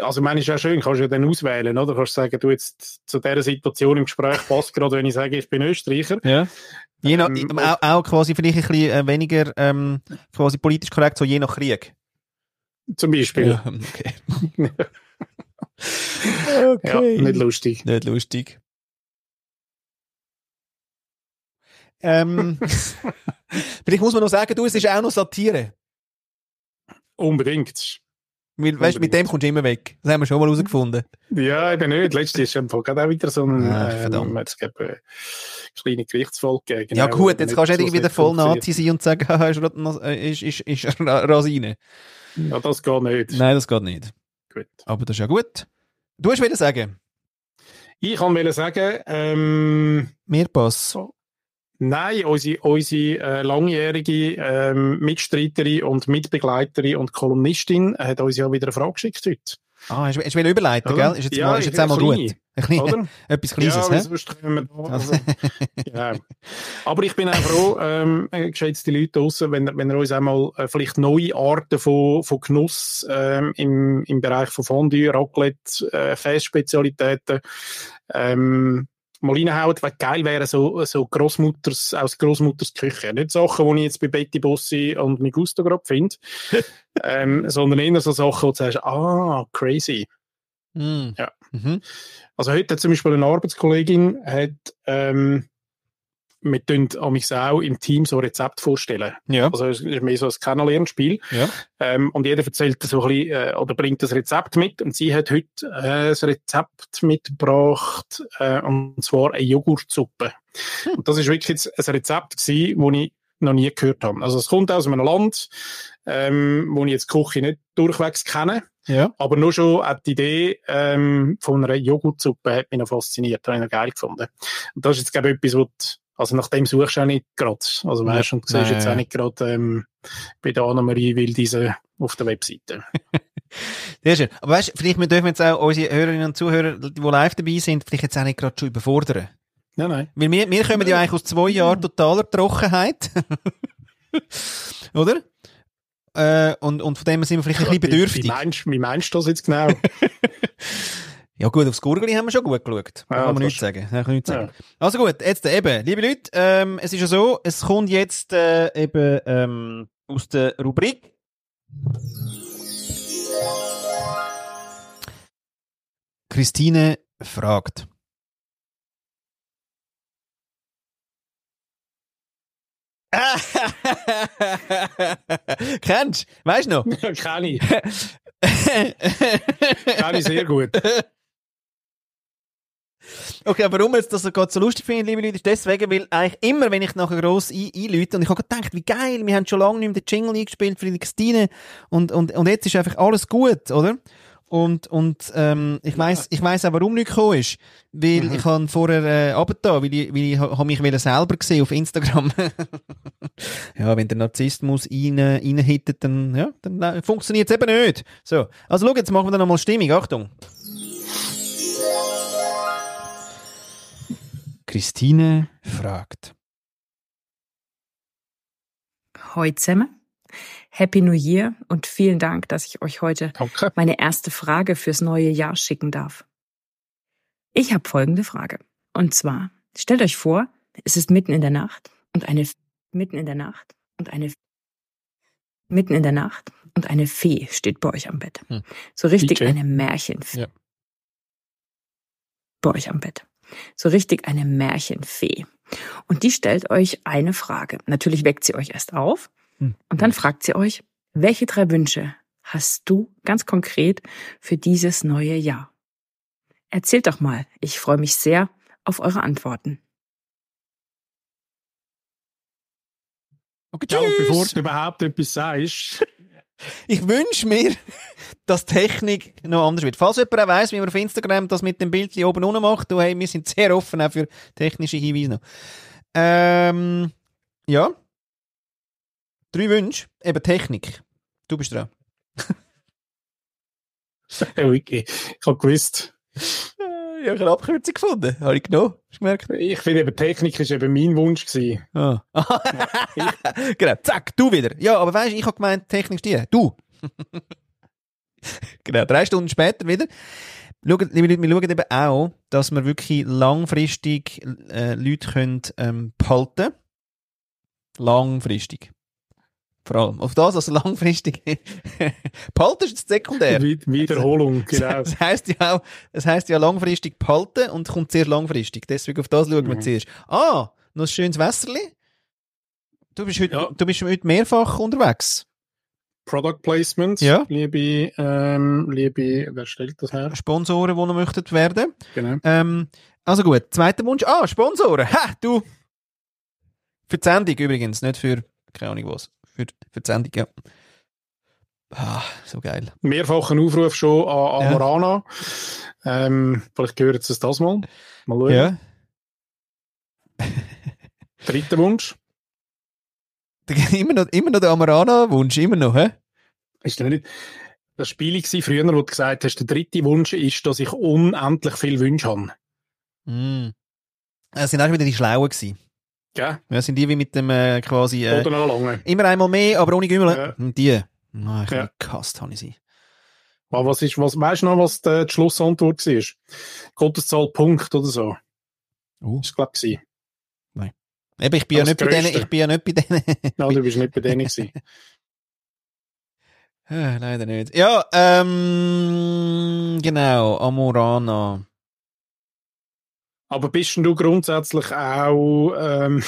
also, ich meine, ist ja schön, kannst ja dann auswählen, oder? Kannst sagen, du jetzt zu dieser Situation im Gespräch passt gerade, wenn ich sage, ich bin Österreicher. Ja. Je nach, Ähm, auch, auch quasi vielleicht ein bisschen äh, weniger ähm, quasi politisch korrekt, so je nach Krieg. Zum Beispiel. Ja, okay. nicht lustig. Nicht lustig. Ähm, vielleicht muss man noch sagen, du, es ist auch noch Satire. Unbedingt. Weil, weißt, mit dem kommst du immer weg. Das haben wir schon mal herausgefunden. Ja, eben nicht. Letztes ist einfach gerade auch wieder so ein, Ach, ähm, Ah, verdammt. es gab eine kleine Gerichtsfolge. gegen- ja gut, jetzt kannst du nicht was wieder voll funktioniert. Nazi sein und sagen, haha, ist, Rot- äh, ist, ist, ist Ra- Rosine. Ja, das geht nicht. Nein, das geht nicht. Gut. Aber das ist ja gut. Du hast wieder sagen, Ich kann wollte sagen, ähm, mehr Pass. Nein, unsere, unsere äh, langjährige ähm, Mitstreiterin und Mitbegleiterin und Kolumnistin hat uns ja wieder eine Frage geschickt heute. Ah, hast du hast du wollen überleiten, Oder? gell? Ist jetzt, Ja, mal, ist jetzt ich- auch mal kleine, gut. Ein klein- Oder? Etwas Kleines, ja, dus- hä? sonst können wir da. Also- Also, genau. Aber ich bin auch froh, ähm, äh, geschätzte Leute draussen, wenn, ihr- wenn ihr uns einmal äh, vielleicht neue Arten von, von Genuss ähm, im, im Bereich von Fondue, Raclette, äh, Käsespezialitäten ähm, mal reinhauen, weil geil wäre so, so Großmutters, aus Großmutters Küche. Nicht Sachen, die ich jetzt bei Betty Bossi und Migusto gerade finde, ähm, sondern eher so Sachen, wo du sagst, ah, crazy. Mhm. Ja. Mhm. Also heute hat zum Beispiel eine Arbeitskollegin, hat, ähm, wir tun mich auch im Team so Rezept vorstellen. Ja. Also es ist mehr so ein Kennenlernspiel. Ja. Ähm, und jeder erzählt so ein bisschen, äh, oder bringt das Rezept mit. Und sie hat heute äh, das Rezept mitgebracht, äh, und zwar eine Joghurtsuppe. Und das ist wirklich jetzt ein Rezept gewesen, wo ich noch nie gehört habe. Also es kommt aus einem Land, ähm, wo ich jetzt die Küche nicht durchwegs kenne. Ja. Aber nur schon auch die Idee ähm, von einer Joghurtsuppe hat mich noch fasziniert, habe ich noch geil gefunden. Und das ist jetzt, glaube ich, etwas, was du, also nach dem suchst du auch nicht gerade. Also weißt du, und siehst Nein. jetzt auch nicht gerade ähm, bei der Annemarie will diese auf der Webseite. Sehr schön. Aber weißt, vielleicht wir dürfen jetzt auch unsere Hörerinnen und Zuhörer, die live dabei sind, vielleicht jetzt auch nicht gerade schon überfordern. Nein, nein. Weil wir, wir kommen ja eigentlich aus zwei Mm. Jahren totaler Trockenheit. Oder? Äh, und, und von dem her sind wir vielleicht ein bisschen Wie bedürftig. meinst, wie meinst du das jetzt genau? Ja gut, aufs Gurgeli haben wir schon gut geschaut. Da Ja, kann man das nichts sagen. Da kann man nichts Ja. sagen. Also gut, jetzt eben, liebe Leute, ähm, es ist ja so, es kommt jetzt äh, eben ähm, aus der Rubrik. Christine fragt. Kennst du? Weißt du noch? kann ich. Kann ich sehr gut. Okay, aber warum jetzt das gerade so lustig finde, liebe Leute, ist deswegen, weil eigentlich immer, wenn ich nachher gross ein, einläute, und ich habe gerade gedacht, wie geil, wir haben schon lange nicht mehr den Jingle eingespielt für die Christine, und, und, und jetzt ist einfach alles gut, oder? Und, und ähm, ich weiss ich weiss auch, warum nicht gekommen ist. Weil Mhm. ich habe vorher äh, runtergetan, weil ich, weil ich ha- hab mich wollte selber gesehen auf Instagram. ja, wenn der Narzissmus rein, reinhittet, dann, ja, dann äh, funktioniert es eben nicht. So, also schau, jetzt machen wir da nochmal Stimmung. Achtung. Christine fragt. Hoi zusammen. Happy New Year und vielen Dank, dass ich euch heute Danke. meine erste Frage fürs neue Jahr schicken darf. Ich habe folgende Frage. Und zwar, stellt euch vor, es ist mitten in der Nacht und eine F- mitten in der Nacht und eine F- mitten in der Nacht und eine Fee steht bei euch am Bett. Hm. So richtig DJ. eine Märchenfee. Ja. Bei euch am Bett. So richtig eine Märchenfee. Und die stellt euch eine Frage. Natürlich weckt sie euch erst auf Hm. und dann fragt sie euch, welche drei Wünsche hast du ganz konkret für dieses neue Jahr? Erzählt doch mal, ich freue mich sehr auf eure Antworten. Okay, Ja, und bevor du überhaupt etwas sagst, Ich wünsche mir, dass die Technik noch anders wird. Falls jemand auch weiss, wie man auf Instagram das mit dem Bild oben unten macht, du, hey, wir sind sehr offen auch für technische Hinweise noch. Ähm, ja. Drei Wünsche. Eben Technik. Du bist dran. ja, wirklich, ich habe gewusst, Äh, Ich habe eine Abkürzung gefunden. Habe ich genommen. Hast du gemerkt? ich finde eben, Technik ist eben mein Wunsch gewesen. Ah. genau. Zack, du wieder. Ja, aber weißt du, ich habe gemeint, Technik ist die. Du. genau, drei Stunden später wieder. Schaut, liebe Leute, wir schauen eben auch, dass wir wirklich langfristig äh, Leute können, ähm, behalten Langfristig. Vor allem. Auf das, also langfristig. behalten ist jetzt sekundär. Wid- Wiederholung, genau. Es heisst ja auch, es heisst ja langfristig behalten und kommt sehr langfristig. Deswegen auf das schauen wir Mhm. zuerst. Ah, noch ein schönes Wässerli. Du bist heute, Ja. du bist heute mehrfach unterwegs. Product Placement, Ja. liebe, ähm, liebe, wer stellt das her? Sponsoren, die noch möchtet werden. Genau. Ähm, also gut, zweiter Wunsch. Ah, Sponsoren. Ha, du. Für die Sendung übrigens, nicht für, keine Ahnung was. Für, für die Sendung, ja. Ah, so geil. Mehrfachen Aufruf schon an Ja. Amorana. Ähm, vielleicht gehört es das mal. Mal schauen. Ja. Dritter Wunsch. Immer noch, immer noch der Amarana-Wunsch, immer noch, hä? Ist das nicht das Spiel gewesen, früher, wo du gesagt hast, der dritte Wunsch ist, dass ich unendlich viel Wünsche habe. Mhm. Mm. Das sind auch schon wieder die Schlauen gewesen. Gell? Ja, sind die wie mit dem äh, quasi äh, Oder noch lange. immer einmal mehr, aber ohne Gümmel. Ja. Und Die. Oh, ich Ja. ja. gehasst habe ich sie. Aber was ist, was, weißt du noch, was die, die Schlussantwort war? Gottes Zahl Punkt oder so. Oh. Das war, glaube ich. Eben, ich bin, ja Aber nicht bei das denen, Größte. ich bin ja nicht bei denen. Nein, du bist nicht bei denen gewesen. Ah, Leider nicht. Ja, ähm, genau, Amorana. Aber bist denn du grundsätzlich auch, ähm,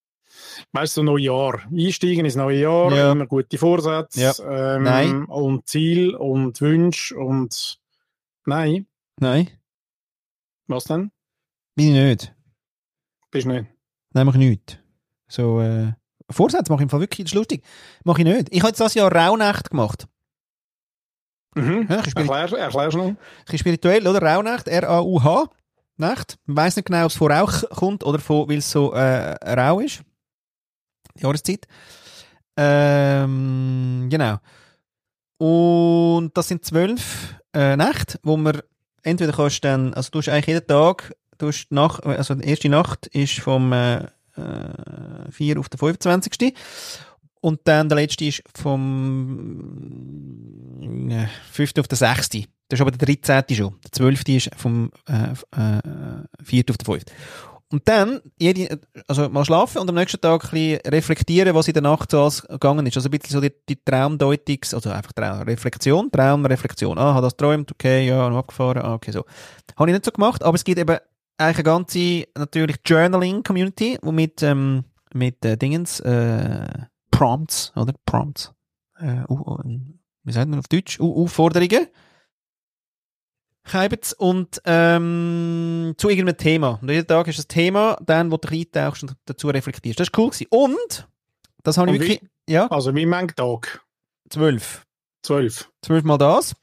weißt du, so Neujahr? Einsteigen ins neue Jahr, Ja. immer gute Vorsätze ähm, Nein. und Ziel und Wünsche und nein, Nein, was denn? bin ich nicht. Bist nicht. Nein, mache ich nicht. So, äh, Vorsätze mache ich im Fall wirklich, das ist lustig. Mache ich nicht. Ich habe jetzt das Jahr Rauhnacht gemacht. Mhm. Ja, ich spiele Erklär, erklär's noch. Ein bisschen spirituell, oder? Rauhnacht, R-A-U-H. Nacht. Man weiss nicht genau, ob es von Rauch kommt oder von, weil es so äh, rau ist. Die Jahreszeit. Ähm, genau. Und das sind zwölf äh, Nächte, wo man entweder kannst dann, also du hast eigentlich jeden Tag, du hast die Nacht, also die erste Nacht ist vom äh, äh, 4 auf den 25. Und dann der letzte ist vom äh, 5. auf den 6. Das ist aber der 13. schon. Der 12. ist vom äh, f- äh, 4. auf den 5. Und dann jede, also mal schlafen und am nächsten Tag ein bisschen reflektieren, was in der Nacht so alles gegangen ist. Also ein bisschen so die, die Traumdeutungs-, also einfach Traum, Reflexion, Traumreflexion. Ah, habe das geträumt, okay, ja, noch abgefahren, ah, okay, so. Habe ich nicht so gemacht, aber es gibt eben eigentlich eine ganze, natürlich Journaling-Community, wo mit, ähm, mit äh, Dingens, äh, Prompts, oder? Prompts. Äh, uh, uh, wie sagt man auf Deutsch? Uh, Aufforderungen. Keibet's und ähm, zu irgendeinem Thema. Und jeden Tag ist das Thema, dann, wo du eintauchst und dazu reflektierst. Das war cool. Gewesen. Und, das habe ich Und wie- wirklich, ja, Also wie mange Tag? zwölf. Zwölf. zwölfmal das,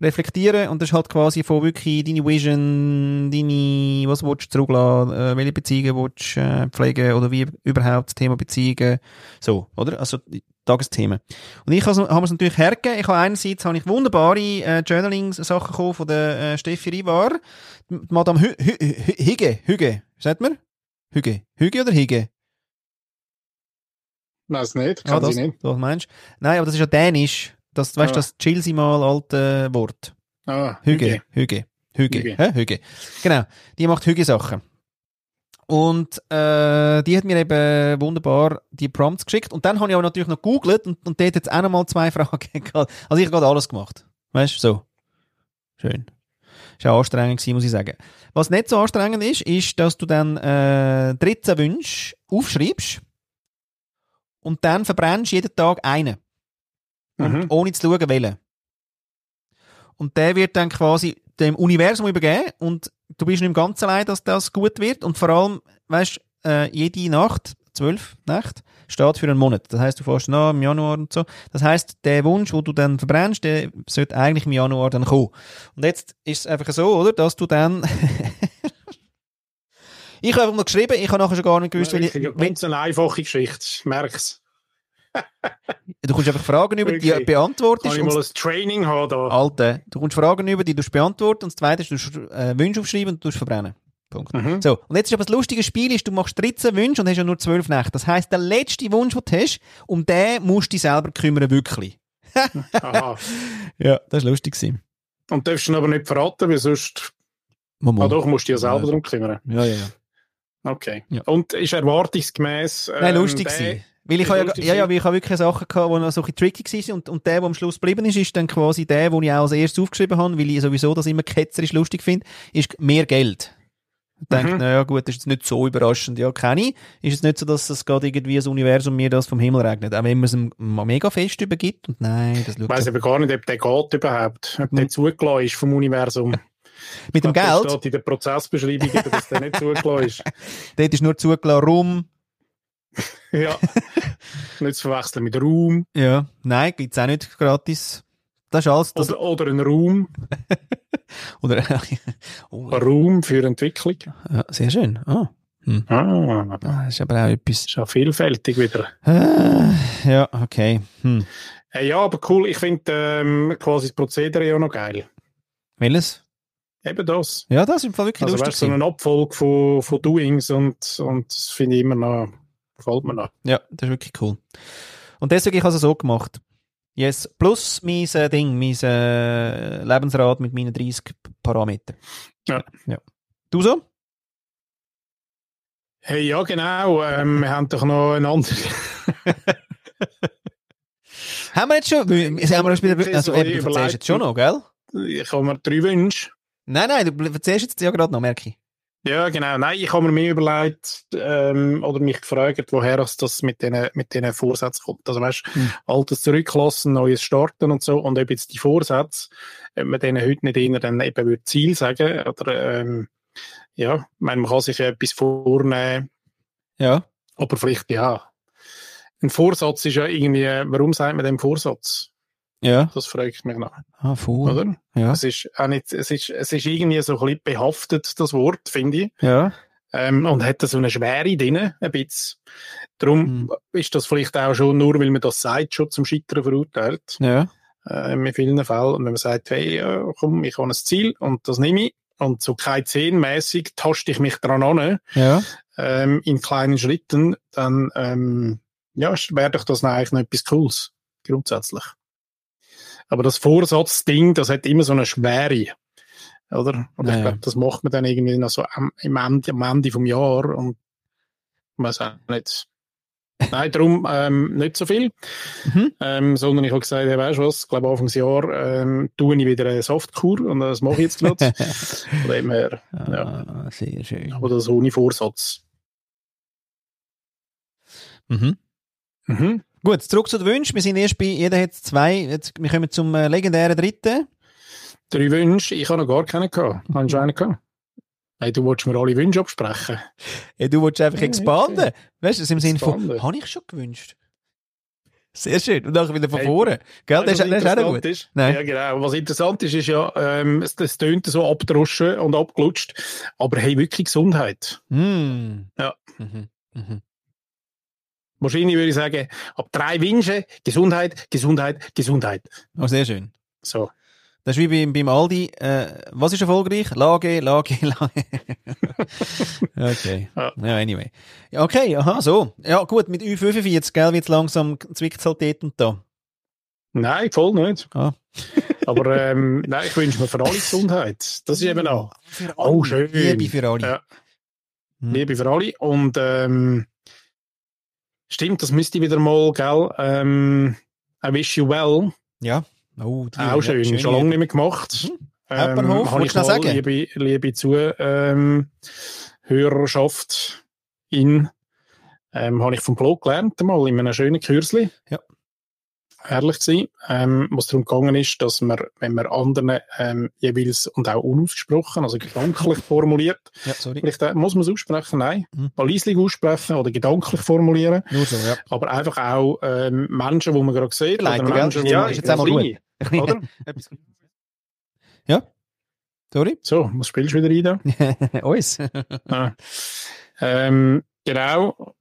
reflektieren und das ist halt quasi von wirklich deine Vision, deine, was willst du zurücklassen, äh, welche Beziehungen willst du äh, pflegen oder wie überhaupt das Thema Beziehungen, so, oder? Also die Tagesthemen. Und ich has- habe es natürlich hergegeben, ich habe einerseits habe ich wunderbare äh, Journaling-Sachen bekommen von der äh, Steffi Rivar, die Madame Hü Hü Hü Hüge, Hüge, sagt man? Hüge, Hüge oder Hüge? Weiß nicht, kann ah, das, sie nicht. das meinst du? Nein, aber das ist ja dänisch, das, weißt du, Ah. das chill sie mal alte Wort. Ah, Hüge, Hüge, Hüge, Hüge. Hä? Hüge. Genau, die macht Hüge-Sachen. Und äh, die hat mir eben wunderbar die Prompts geschickt. Und dann habe ich aber natürlich noch gegoogelt und, und dort hat es auch nochmal zwei Fragen gehabt. Also ich habe gerade alles gemacht. Weißt du, so. Schön. Ist auch anstrengend gewesen, muss ich sagen. Was nicht so anstrengend ist, ist, dass du dann äh, 13 Wünsche aufschreibst und dann verbrennst jeden Tag einen Mhm. und ohne zu schauen, welchen. Und der wird dann quasi dem Universum übergeben und du bist nicht im Ganzen allein, dass das gut wird und vor allem, weißt äh, jede Nacht, zwölf Nächte, steht für einen Monat. Das heißt, du fährst nach im Januar und so. Das heißt, der Wunsch, wo du dann verbrennst, der sollte eigentlich im Januar dann kommen. Und jetzt ist es einfach so, oder, dass du dann Ich habe einfach mal geschrieben, ich habe nachher schon gar nicht gewusst, weil ich, Wirklich, wenn, Ganz eine einfache Geschichte, merk's. du kommst einfach Fragen über, die Wirklich. beantwortest Kann ich und mal ein Training haben da? Alter, du kommst Fragen über, die du beantwortest und das zweite ist, du sch- äh, Wünsche aufschreiben und du verbrennen. Punkt. Mhm. So, und jetzt ist aber das lustige Spiel, ist, du machst 13 Wünsche und hast ja nur 12 Nächte. Das heisst, der letzte Wunsch, den du hast, um den musst du dich selber kümmern, wirklich. Aha. Ja, das war lustig. gewesen. Und darfst du ihn aber nicht verraten, weil sonst Momo. Ah, doch, musst du ja selber Ja. darum kümmern. Ja, ja, ja. Okay. Ja. Und ist erwartungsgemäß. Ähm, Nein, lustig der- gewesen. Weil ich, der habe ja, lustig ja, ja, gewesen. weil ich habe wirklich Sachen gehabt, die noch so ein bisschen tricky waren. Und, und der, der am Schluss geblieben ist, ist dann quasi der, den ich auch als erstes aufgeschrieben habe, weil ich sowieso das immer ketzerisch lustig finde, ist mehr Geld. Ich denke, Mhm. naja, gut, das ist jetzt nicht so überraschend. Ja, kenne ich. Ist es nicht so, dass es gerade irgendwie das Universum mir das vom Himmel regnet. Auch wenn man es ihm mal mega fest übergibt. Und nein, das Ich schaut weiß so. aber gar nicht, ob der geht überhaupt. Ob Mhm. der zugelassen ist vom Universum. Mit dem Ich glaube, das Geld, steht in der Prozessbeschreibung, aber dass der nicht zugelassen ist. dort ist nur zugelassen, rum. Ja. nicht zu verwechseln mit Raum Ja, nein, gibt's auch nicht gratis. Das ist alles. Das, oder, oder ein Raum. oder, oh, Ein Raum für Entwicklung. ja, sehr schön. Ah, Ah, das das ist aber auch etwas. ist ja vielfältig wieder. Ah, Ja, okay. Hm. Äh, ja, aber cool. Ich finde ähm, quasi das Prozedere ja noch geil. Welches? Eben das. Ja, das ist im Fall wirklich Also lustig. weißt du, so gewesen. eine Abfolge von, von Doings und, und das finde ich immer noch, gefällt mir noch. ja, das ist wirklich cool. Und deswegen habe ich es also so gemacht. Yes, plus mein äh, Ding, mein äh, Lebensrat mit meinen 30 Parametern. Ja. ja. Du so? Hey, ja, genau. Ähm, wir haben doch noch einen anderen. Haben wir jetzt schon? Wir- Haben wir jetzt wieder, also, Ich eben, du erzählst jetzt schon noch, gell? Ich habe mir drei Wünsche. Nein, nein, du erzählst jetzt ja gerade noch, merke ich. Ja, genau. Nein, ich habe mir mehr überlegt ähm, oder mich gefragt, woher es das mit diesen mit denen Vorsätzen kommt. Also, weißt Mhm. Altes zurücklassen, Neues starten und so. Und ob jetzt die Vorsätze, ob man denen heute nicht eher dann eben würde Ziel sagen oder, ähm, ja, ich meine, man kann sich ja etwas vornehmen, Ja. aber vielleicht ja. Ein Vorsatz ist ja irgendwie, warum sagt man dem Vorsatz? Ja. Das frage ich mich noch, Ah, voll. oder? Ja. Es ist, auch nicht, es, ist, es ist irgendwie so ein bisschen behaftet, das Wort, finde ich. Ja. Ähm, und hat da so eine Schwere drin, ein bisschen. Darum Mhm. ist das vielleicht auch schon, nur weil man das sagt, schon zum Scheitern verurteilt. Ja. Äh, in vielen Fällen. Und wenn man sagt, hey, ja, komm, ich habe ein Ziel und das nehme ich. Und so kein zehnmäßig taste ich mich dran an, Ja. ähm, in kleinen Schritten, dann, ähm, ja, ist- wäre doch das dann eigentlich noch etwas Cooles. Grundsätzlich. Aber das Vorsatzding, das hat immer so eine Schwere. Oder? Und Ja, ja. ich glaube, das macht man dann irgendwie noch so am, im Ende, am Ende vom Jahr und man sagt nicht. Nein, darum ähm, nicht so viel. Mhm. Ähm, sondern ich habe gesagt, hey, weißt du was, ich glaube, Anfangs Jahr ähm, tue ich wieder eine Softkur und das mache ich jetzt gerade. Von dem her, Ah, sehr schön. aber das ohne Vorsatz. Mhm. Mhm. Gut, zurück zu den Wünschen. Wir sind erst bei, jeder hat zwei. Jetzt, wir kommen zum äh, legendären dritten. Drei Wünsche, ich habe noch gar keinen gehabt. Hast du einen gehabt? Hey, du wolltest mir alle Wünsche absprechen. Ja, du willst einfach Ja, expanden. Weißt du, das im Sinne von, Expanden. habe ich schon gewünscht. Sehr schön. Und nachher wieder von Hey, vorne. Gell, das, ist- das ist auch noch gut. Ist, Nein. Ja, genau. Was interessant ist, ist ja, ähm, es, das tönt so abgedroschen und abgelutscht. Aber hey, wirklich Gesundheit. Mm. Ja. Mhm. Mhm. Wahrscheinlich würde ich sagen, ab drei Wünsche, Gesundheit, Gesundheit, Gesundheit. Oh, sehr schön. So. Das ist wie beim, beim Aldi. Äh, was ist erfolgreich? Lage, Lage, Lage. okay. Ja. Ja, anyway. Ja, okay, aha, so. Ja, gut, mit U45, gell, wird langsam zwickt halt dort und da. Nein, voll nicht. Ah. Aber ähm, nein, ich wünsche mir für alle Gesundheit. Das ist eben auch. Für alle. Oh, schön. Liebe für alle. Ja. Hm. Mhm. Liebe für alle. Und ähm, stimmt, das müsste ich wieder mal, gell? Ähm, I wish you well. Ja. Mhm. Oh, die- Ah, Auch schön, schöne schon lange Liebe. nicht mehr gemacht. Eppenhof, habe willst ich du noch mal, sagen? liebe, liebe Zuhörerschaft, ähm, Hörerschaft in, ähm, habe ich vom Blog gelernt, mal in einem schönen Kürzli. Ja. Ehrlich zu sein, ähm, was darum gegangen ist, dass man, wenn man anderen ähm, jeweils und auch unausgesprochen, also gedanklich formuliert, Ja, sorry. vielleicht äh, muss man es aussprechen, nein, Mhm. mal leislich aussprechen oder gedanklich formulieren, Nur so, ja. aber einfach auch ähm, Menschen, die man gerade sieht, Leute, gell? Menschen, die Ja, man- ist jetzt einmal gut. oder? Etwas- ja. Sorry. So, was spielst du wieder rein da? Uns. Ah. Ähm, genau,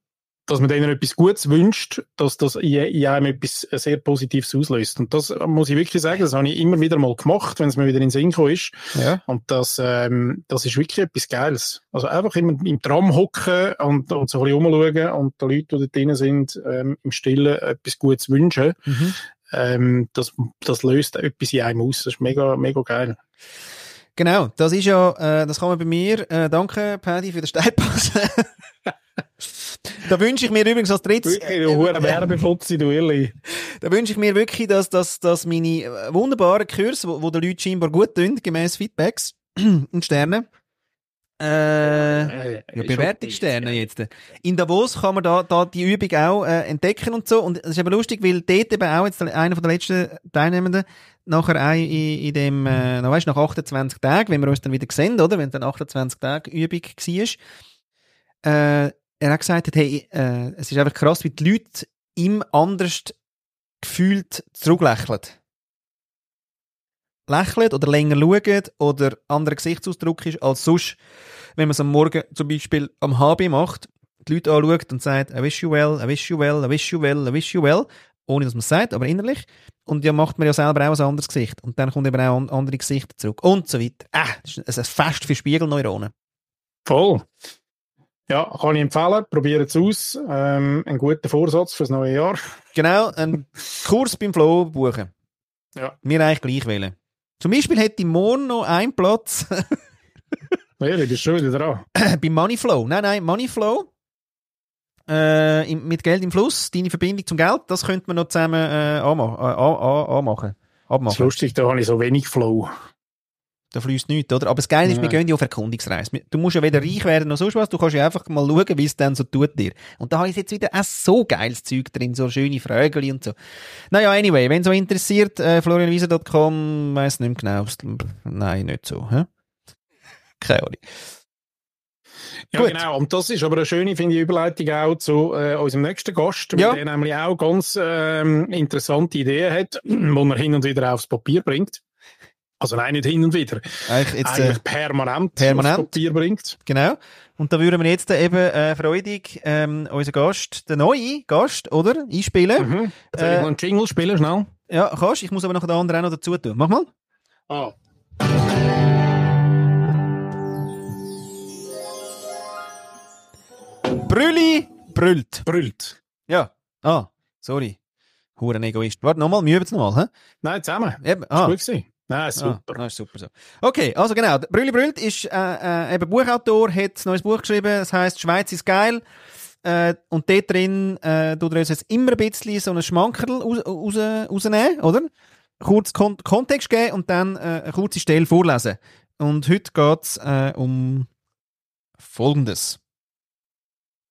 dass man denen etwas Gutes wünscht, dass das in, in einem etwas äh, sehr Positives auslöst. Und das muss ich wirklich sagen, das habe ich immer wieder mal gemacht, wenn es mir wieder in den Sinn gekommen ist. ja. Und das, ähm, das ist wirklich etwas Geiles. Also einfach immer im Tram hocken und, und so ein bisschen rumschauen und den Leuten, die da drin sind, ähm, im Stillen etwas Gutes wünschen. Mhm. Ähm, das, das löst etwas in einem aus. Das ist mega, mega geil. Genau, das ist ja, äh, das kann man bei mir. Äh, danke, Paddy, für den Steilpass. da wünsche ich mir übrigens als drittes. äh, Wirklich, du hoher Werbefotzi, du Irrli. Da wünsche ich mir wirklich, dass, dass, dass meine äh, wunderbaren Kurse, wo, wo den Leuten scheinbar gut tun, gemäß Feedbacks und Sternen, äh, ja, Bewertungssterne jetzt. In Davos kann man da, da die Übung auch äh, entdecken und so. Und es ist aber lustig, weil dort eben auch jetzt einer von der letzten Teilnehmenden nachher auch in, in dem, äh, na, weißt, nach 28 Tagen, wenn wir uns dann wieder sehen, oder? Wenn dann 28 Tage Übung war, äh, er auch gesagt hat, hey, äh, es ist einfach krass, wie die Leute ihm anders gefühlt zurücklächeln. Lächeln oder länger schauen oder anderer Gesichtsausdruck ist als sonst wenn man es am Morgen zum Beispiel am HB macht, die Leute anschaut und sagt, I wish you well, I wish you well, I wish you well, I wish you well, ohne dass man es sagt, aber innerlich. Und ja, macht man ja selber auch ein anderes Gesicht. Und dann kommt eben auch an andere Gesichter zurück. Und so weiter. Ah, das ist ein Fest für Spiegelneuronen. Voll. Ja, kann ich empfehlen. Probiert es aus. Ähm, ein guter Vorsatz fürs neue Jahr. Genau, ein Kurs beim Flo buchen. Ja. Wir eigentlich gleich wählen. Zum Beispiel hätte ich morgen noch einen Platz Ja, du bist schon wieder dran. beim Moneyflow. Nein, nein, Moneyflow. äh, im- mit Geld im Fluss, deine Verbindung zum Geld, das könnte man noch zusammen äh, anma- äh, an- an- anmachen. Das ist Abmachen. lustig, da habe ich so wenig Flow. Da fließt nichts, oder? Aber das Geile ist, wir Nein. gehen ja auf Erkundungsreise. Wir- Du musst ja weder reich werden noch sonst was, du kannst ja einfach mal schauen, wie es dann so tut dir. Und da ist jetzt wieder auch so geiles Zeug drin, so schöne Fragen und so. Naja, anyway, wenn es euch interessiert, äh, florianwieser.com, weiss nicht mehr genau. Nein, nicht so. Hä? Keine Ahnung. Ja, Gut. genau. Und das ist aber eine schöne, finde ich, Überleitung auch zu äh, unserem nächsten Gast, Ja. der nämlich auch ganz ähm, interessante Ideen hat, die er hin und wieder aufs Papier bringt. Also nein, nicht hin und wieder. Eigentlich jetzt, äh, Eigentlich permanent, permanent. aufs Papier bringt. Genau. Und da würden wir jetzt äh, eben äh, freudig ähm, unseren Gast, den neuen Gast, oder? Einspielen. Mhm. Äh, Jetzt will ich mal einen Jingle spielen, schnell. Ja, kannst. Ich muss aber noch den anderen auch noch dazu tun. Mach mal. Ah. Brülli brüllt. Brüllt. Ja. Ah, sorry. Huren Egoist. Warte nochmal, wir üben es nochmal. Nein, zusammen. hä? Eben. Ah. Gut gewesen. Nein, super. Ah, ah, ist super so. Okay, also genau. der Brülli Brüllt ist äh, äh, eben Buchautor, hat ein neues Buch geschrieben, das heißt Schweiz ist geil. Äh, und dort drin äh, tut er uns jetzt immer ein bisschen so ein Schmankerl raus, raus, rausnehmen, oder? Kurz Kon Kontext geben und dann äh, eine kurze Stelle vorlesen. Und heute geht es äh, um Folgendes.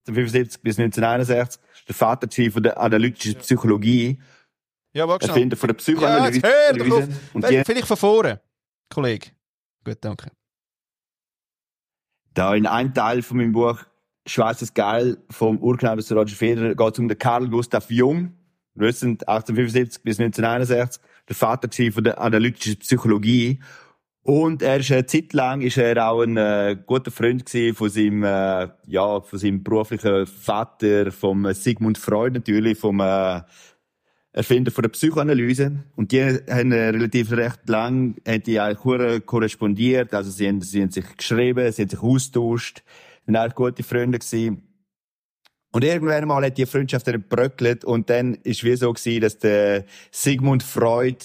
1975 bis 1961 ist der Vater gewesen von der analytischen Psychologie, Ja, warte Erfinder von der Ja, jetzt Psychoanalyse hör doch auf. und die Vielleicht von vorne, Kollege. Gut, danke. Da in einem Teil von meinem Buch Schwarzes Geil vom Urknall zu Roger Federer geht es um den Karl Gustav Jung, Russland 1875 bis 1961, der Vater gewesen von der analytischen Psychologie. Und er ist eine Zeit lang ist er auch ein äh, guter Freund gewesen von seinem, äh, ja, von seinem beruflichen Vater, vom äh, Sigmund Freud natürlich, vom äh, Erfinder von der Psychoanalyse. Und die haben äh, relativ recht lang, haben die eigentlich hure korrespondiert. Also sie haben, sie haben sich geschrieben, sie haben sich austauscht. Sind eigentlich gute Freunde gewesen. Und irgendwann mal hat die Freundschaft dann bröckelt und dann ist wie so gewesen, dass der Sigmund Freud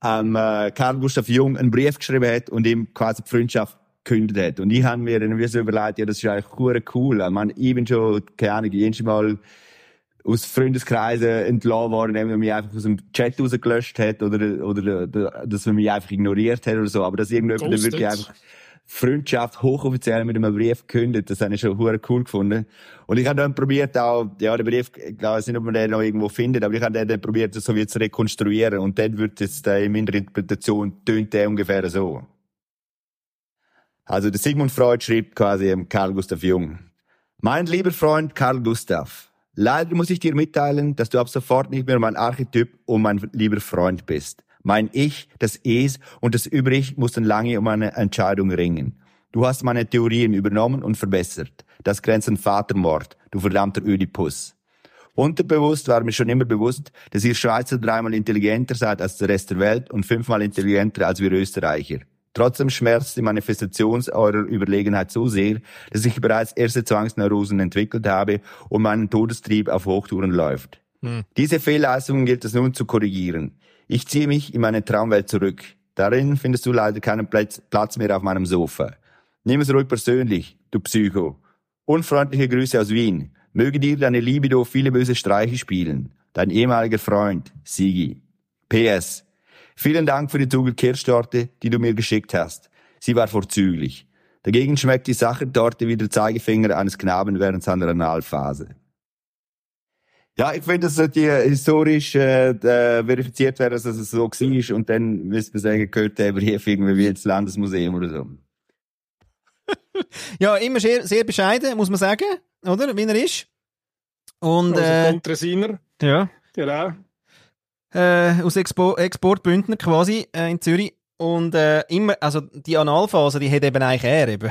am äh, Karl Gustav Jung einen Brief geschrieben hat und ihm quasi die Freundschaft gekündigt hat. Und ich habe mir dann wie so überlegt, ja, das ist eigentlich hure cool. Ich meine, ich bin schon, keine Ahnung, jedes Mal aus Freundeskreisen entlassen worden, indem man mich einfach aus dem Chat rausgelöscht hat oder, oder, oder dass man mich einfach ignoriert hat oder so. Aber dass irgendjemand dann wirklich Ghosted. einfach Freundschaft hochoffiziell mit einem Brief gekündigt, das habe ich schon hure cool gefunden. Und ich habe dann probiert auch, ja, den Brief, ich weiß nicht, ob man den noch irgendwo findet, aber ich habe den dann probiert, das so wie zu rekonstruieren. Und dann wird jetzt äh, in meiner Interpretation, tönt der ungefähr so. Also der Sigmund Freud schrieb quasi ähm, Karl Gustav Jung. Mein lieber Freund Karl Gustav, leider muss ich dir mitteilen, dass du ab sofort nicht mehr mein Archetyp und mein lieber Freund bist. Mein Ich, das Es und das Übrig mussten lange um eine Entscheidung ringen. Du hast meine Theorien übernommen und verbessert. Das grenzt an Vatermord, du verdammter Ödipus. Unterbewusst war mir schon immer bewusst, dass ihr Schweizer dreimal intelligenter seid als der Rest der Welt und fünfmal intelligenter als wir Österreicher. Trotzdem schmerzt die Manifestation eurer Überlegenheit so sehr, dass ich bereits erste Zwangsneurosen entwickelt habe und meinen Todestrieb auf Hochtouren läuft. Diese Fehlleistungen gilt es nun zu korrigieren. Ich ziehe mich in meine Traumwelt zurück. Darin findest du leider keinen Platz Platz mehr auf meinem Sofa. Nimm es ruhig persönlich, du Psycho. Unfreundliche Grüße aus Wien. Möge dir deine Libido viele böse Streiche spielen. Dein ehemaliger Freund, Sigi. PS. Vielen Dank für die Zugel Kirschtorte, die du mir geschickt hast. Sie war vorzüglich. Dagegen schmeckt die Sachertorte wie der Zeigefinger eines Knaben während seiner Analphase. Ja, ich finde, das sollte historisch äh, äh, verifiziert werden, dass es so war. Und dann müsste man sagen, gehört der Brief irgendwie wie ins Landesmuseum oder so. Ja, immer sehr, sehr bescheiden, muss man sagen, oder? Wie er ist. Und also Unser äh, Kontresiner, ja. der auch. äh, aus Expo Exportbündner quasi äh, in Zürich. Und äh, immer, also die Analphase, die hat eben eigentlich er eben.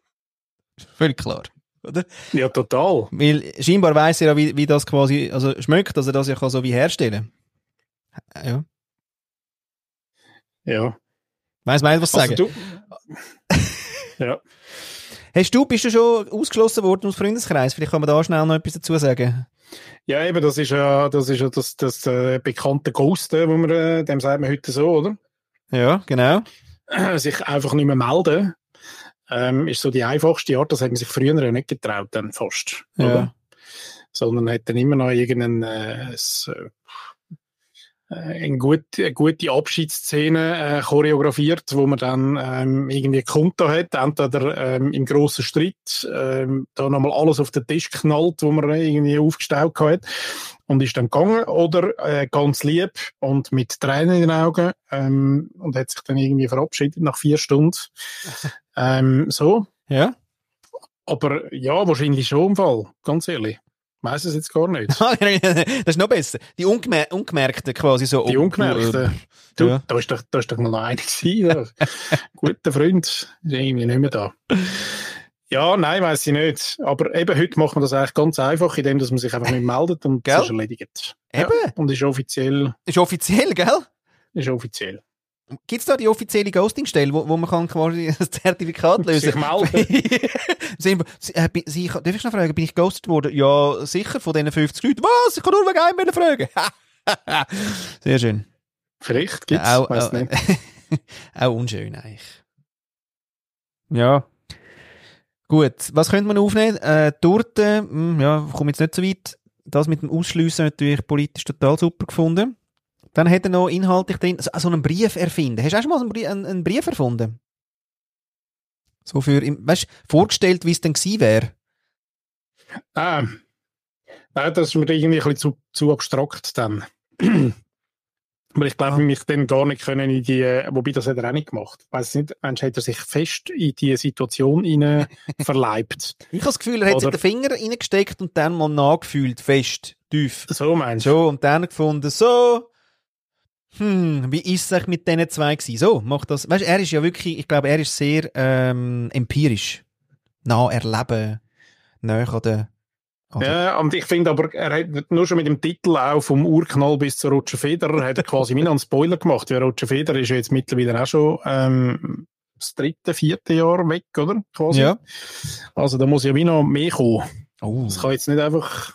Völlig klar. Oder? Ja, total. Weil scheinbar weiß er ja, wie, wie das quasi also schmeckt, dass er das ja kann so wie herstellen kann. Ja. Ja. Weiss man, was zu sagen. Also du, Hast du, bist du schon ausgeschlossen worden aus dem Freundeskreis? Vielleicht kann man da schnell noch etwas dazu sagen. ja, eben, das ist ja das, ist ja das, das äh, bekannte Ghosten, wo man, äh, dem sagt man heute so, oder? Ja, genau. Sich einfach nicht mehr melden. ähm, ist so die einfachste Art, das hat man sich früher ja nicht getraut, dann fast. Ja. Oder? Sondern hat dann immer noch irgendein äh, s- äh, eine gute, eine gute Abschiedsszene äh, choreografiert, wo man dann ähm, irgendwie Konto hat, entweder ähm, im grossen Streit, ähm, da nochmal alles auf den Tisch knallt, wo man irgendwie aufgestaut hat und ist dann gegangen oder äh, ganz lieb und mit Tränen in den Augen ähm, und hat sich dann irgendwie verabschiedet nach vier Stunden. ähm, so, Ja? aber ja, wahrscheinlich schon im Fall, ganz ehrlich. Ich weiss es jetzt gar nicht. das ist noch besser. Die Ungemer Ungemerkten quasi so. Die oh, Ungemerkten. Du, Ja. da, ist doch, da ist doch noch einer gewesen. da. Guter Freund. Ist irgendwie nicht mehr da. Ja, nein, weiß ich nicht. Aber eben heute macht man das eigentlich ganz einfach, indem dass man sich einfach nicht meldet und Gell? es ist erledigt. äh, Eben, Und ist offiziell. ist offiziell, gell? Ist offiziell. Gibt es da die offizielle Ghosting-Stelle, wo, wo man kann quasi ein Zertifikat lösen Sich melden. Sie, Sie- äh, bi- Sie, darf ich noch fragen, bin ich ghostet worden? Ja, sicher, von diesen 50 Leuten. Was? Ich kann nur wegen einem wollen fragen. Sehr schön. Vielleicht gibt's. auch, äh, weiss auch, nicht. auch unschön eigentlich. Ja. Gut, was könnte man aufnehmen? Äh, Torte, hm, ja, komme jetzt nicht so weit. Das mit dem Ausschliessen natürlich politisch total super gefunden. Dann hat er noch inhaltlich drin so, so einen Brief erfinden. Hast du auch schon mal so einen Brief, einen, einen Brief erfunden? So für, im- weißt du, vorgestellt, wie es denn gewesen wäre. Ah, nein, das ist mir irgendwie ein bisschen zu, zu abstrakt dann. Aber ich glaube, mich dann gar nicht können in die, wobei das hat er auch nicht gemacht. Weiß nicht, meinst du, hat er sich fest in die Situation hinein verleibt? Ich habe das Gefühl, er hat Oder- sich den Finger reingesteckt und dann mal nachgefühlt, fest, tief. So meinst du? So, und dann gefunden, so, hm, wie ist es eigentlich mit diesen zwei gewesen? So, macht das, weißt, er ist ja wirklich, ich glaube, er ist sehr ähm, empirisch. Nah erleben, näher an der, also- Ja, und ich finde aber, er hat nur schon mit dem Titel auch vom Urknall bis zu Roger Federer hat er quasi wieder einen Spoiler gemacht, weil Roger Federer ist ja jetzt mittlerweile auch schon ähm, das dritte, vierte Jahr weg, oder? Quasi. Ja. Also da muss ja wie noch mehr kommen. Oh, Das kann jetzt nicht einfach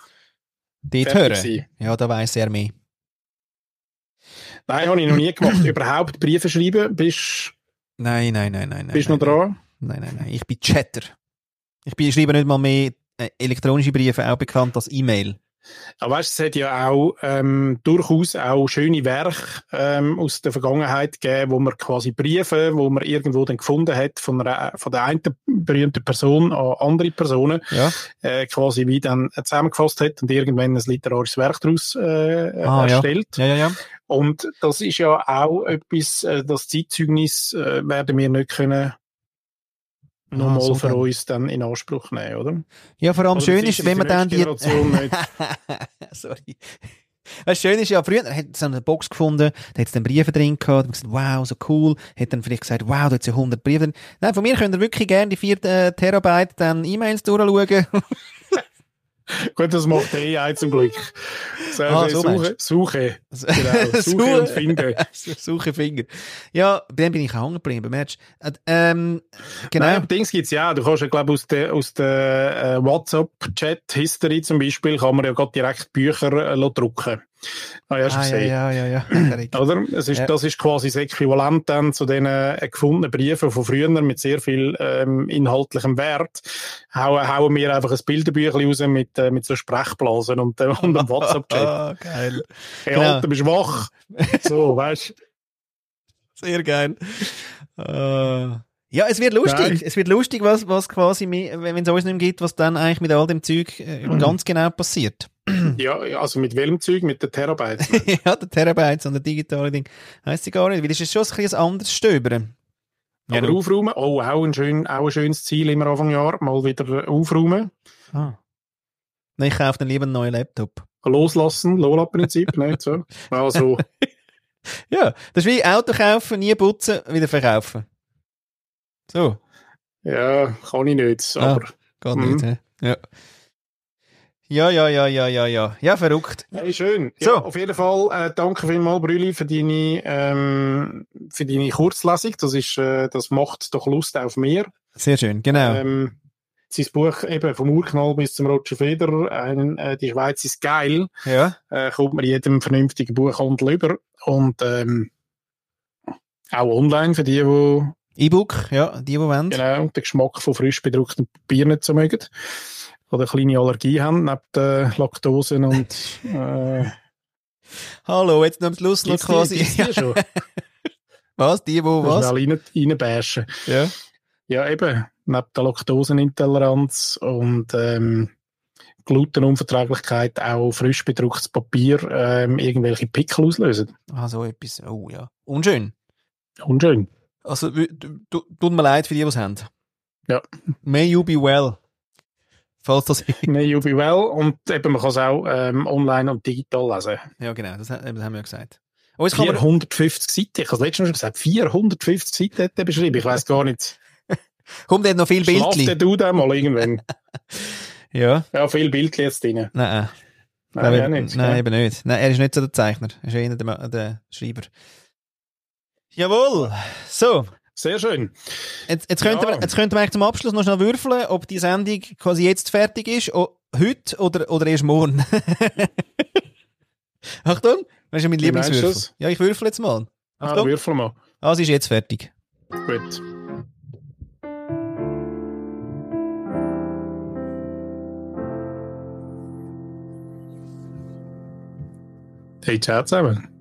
dort fertig hören. sein. Ja, da weiss er mehr. Nein, habe ich noch nie gemacht. Überhaupt Briefe schreiben, bist Nein, nein, nein, nein. nein, bist nein, noch dran? Nein, nein, nein. Ich bin Chatter. Ich bin, schreibe nicht mal mehr äh, elektronische Briefe, auch bekannt als E-Mail. Aber weißt, es hat ja auch ähm, durchaus auch schöne Werke ähm, aus der Vergangenheit gegeben, wo man quasi Briefe, wo man irgendwo dann gefunden hat von, einer, von der einen berühmten Person an andere Personen, Ja. äh, quasi wie dann zusammengefasst hat und irgendwann ein literarisches Werk daraus äh, Ah, ja. erstellt. Ja, ja, ja. Und das ist ja auch etwas, äh, das Zeitzeugnis äh, werden wir nicht können Ah, nochmal so für dann. uns dann in Anspruch nehmen, oder? Ja, vor allem Oder schön das ist, ist wenn man die dann die. nächste Generation Sorry. Was schön ist ja, früher hat so eine Box gefunden, da hat es dann Briefe drin gehabt, und gesagt, wow, so cool, hat dann vielleicht gesagt, wow, da hat ja 100 Briefe drin. Nein, von mir könnt ihr wirklich gerne die 4 äh, Terabyte dann E-Mails durchschauen. Gut, das macht der AI zum Glück. So, Ah, äh, so suche, meinst suche, genau, suche und finde. Suche Finger. Ja, bei dem bin ich auch hängen geblieben, merkst du? Äh, Ähm, genau. Nein, aber Dings gibt's ja auch. Du kannst ja, glaube aus der, aus der äh, WhatsApp-Chat-History zum Beispiel, kann man ja gerade direkt Bücher äh, lassen drucken. Ah, ja, hast du ah, ja, gesehen. ja, ja, ja. Verrückt. Oder? Es ist, Ja. Das ist quasi das Äquivalent dann zu den äh, gefundenen Briefen von früher mit sehr viel ähm, inhaltlichem Wert. Hauen, hauen wir einfach ein Bilderbüchli raus mit, äh, mit so Sprechblasen und, äh, und einem WhatsApp-Chat. Ah, geil. Hey, genau. Alter, bist du wach? So, weißt Sehr geil. Äh, ja, es wird lustig. Nein. Es wird lustig, was, was quasi, mi- wenn es uns nicht mehr gibt, was dann eigentlich mit all dem Zeug äh, ganz genau passiert. Ja, ja, also mit welchem Zeug? Mit der Terabyte. ja, der Terabyte und der digitale Ding. Heißt sie gar nicht, weil es ist schon ein, bisschen ein anderes Stöbern. Aber Genau. aufräumen, oh, auch ein, schön, auch ein schönes Ziel immer Anfang Jahr, mal wieder äh, aufräumen. Ah. Nein, ich kaufe dann lieber einen neuen Laptop. Loslassen, Lola-Prinzip, nicht so. Also, Ja, das ist wie Auto kaufen, nie putzen, wieder verkaufen. So, ja, kann ich nicht, Ah. aber geht Mhm. nicht. hä? Ja. Ja, ja, ja, ja, ja, ja. Ja, verrückt. hey, schön. So. Ja, auf jeden Fall, äh, danke vielmals, Brüli, für deine, ähm, für deine Kurzlesung. Das ist, äh, das macht doch Lust auf mehr. Sehr schön, genau. Ähm, sein Buch eben vom Urknall bis zum Roger Federer, ein, äh, die Schweiz ist geil. ja. äh, kommt man in jedem ehm, vernünftigen Buchhandel über und ähm, auch online für die, die E-Book, ja, die, die wollen. Genau, und den Geschmack von frisch bedrucktem Papier nicht so mögen. Oder eine kleine Allergie haben, neben den Laktosen und äh, Hallo, jetzt noch am Schluss noch gibt's die- quasi. gibt's die schon. Was? Die, die was? Schnell rein, reinbashen. Ja. Ja, eben. Neben der Laktosenintoleranz und ähm, Glutenunverträglichkeit auch frisch bedrucktes Papier ähm, irgendwelche Pickel auslösen. Ah, so etwas. Oh ja. Unschön. Unschön. Also, w- du- du- tut mir leid für die, die es haben. Ja. May you be well. Falls das. Nein, you be well. Und eben, man kann es auch ähm, online und digital lesen. ja, genau, das, ha- das haben wir ja gesagt. Oh, jetzt kann man, 450 Seiten. Ich habe es letztes Mal schon gesagt. 450 Seiten hat er beschrieben. Ich weiß gar nicht. kommt dort noch viel Schlaft Bildchen. du da mal irgendwann? Ja, Ja, viel Bildchen jetzt drin. nein. Nein, eben, ja, nicht. nein gell? eben nicht. Nein, er ist nicht so der Zeichner. Er ist eher der, Ma- der Schreiber. Jawohl! So, Sehr schön. jetzt, jetzt, könnten Ja. wir, jetzt könnten wir eigentlich zum Abschluss noch schnell würfeln, ob die Sendung quasi jetzt fertig ist, o, heute oder, oder erst morgen. Achtung, das ist ja mein Wie meinst du Lieblingswürfel. das? Ja, ich würfel jetzt mal. Ah, Achtung, würfel mal. ah, sie ist jetzt fertig. Gut. Hey, ciao zusammen.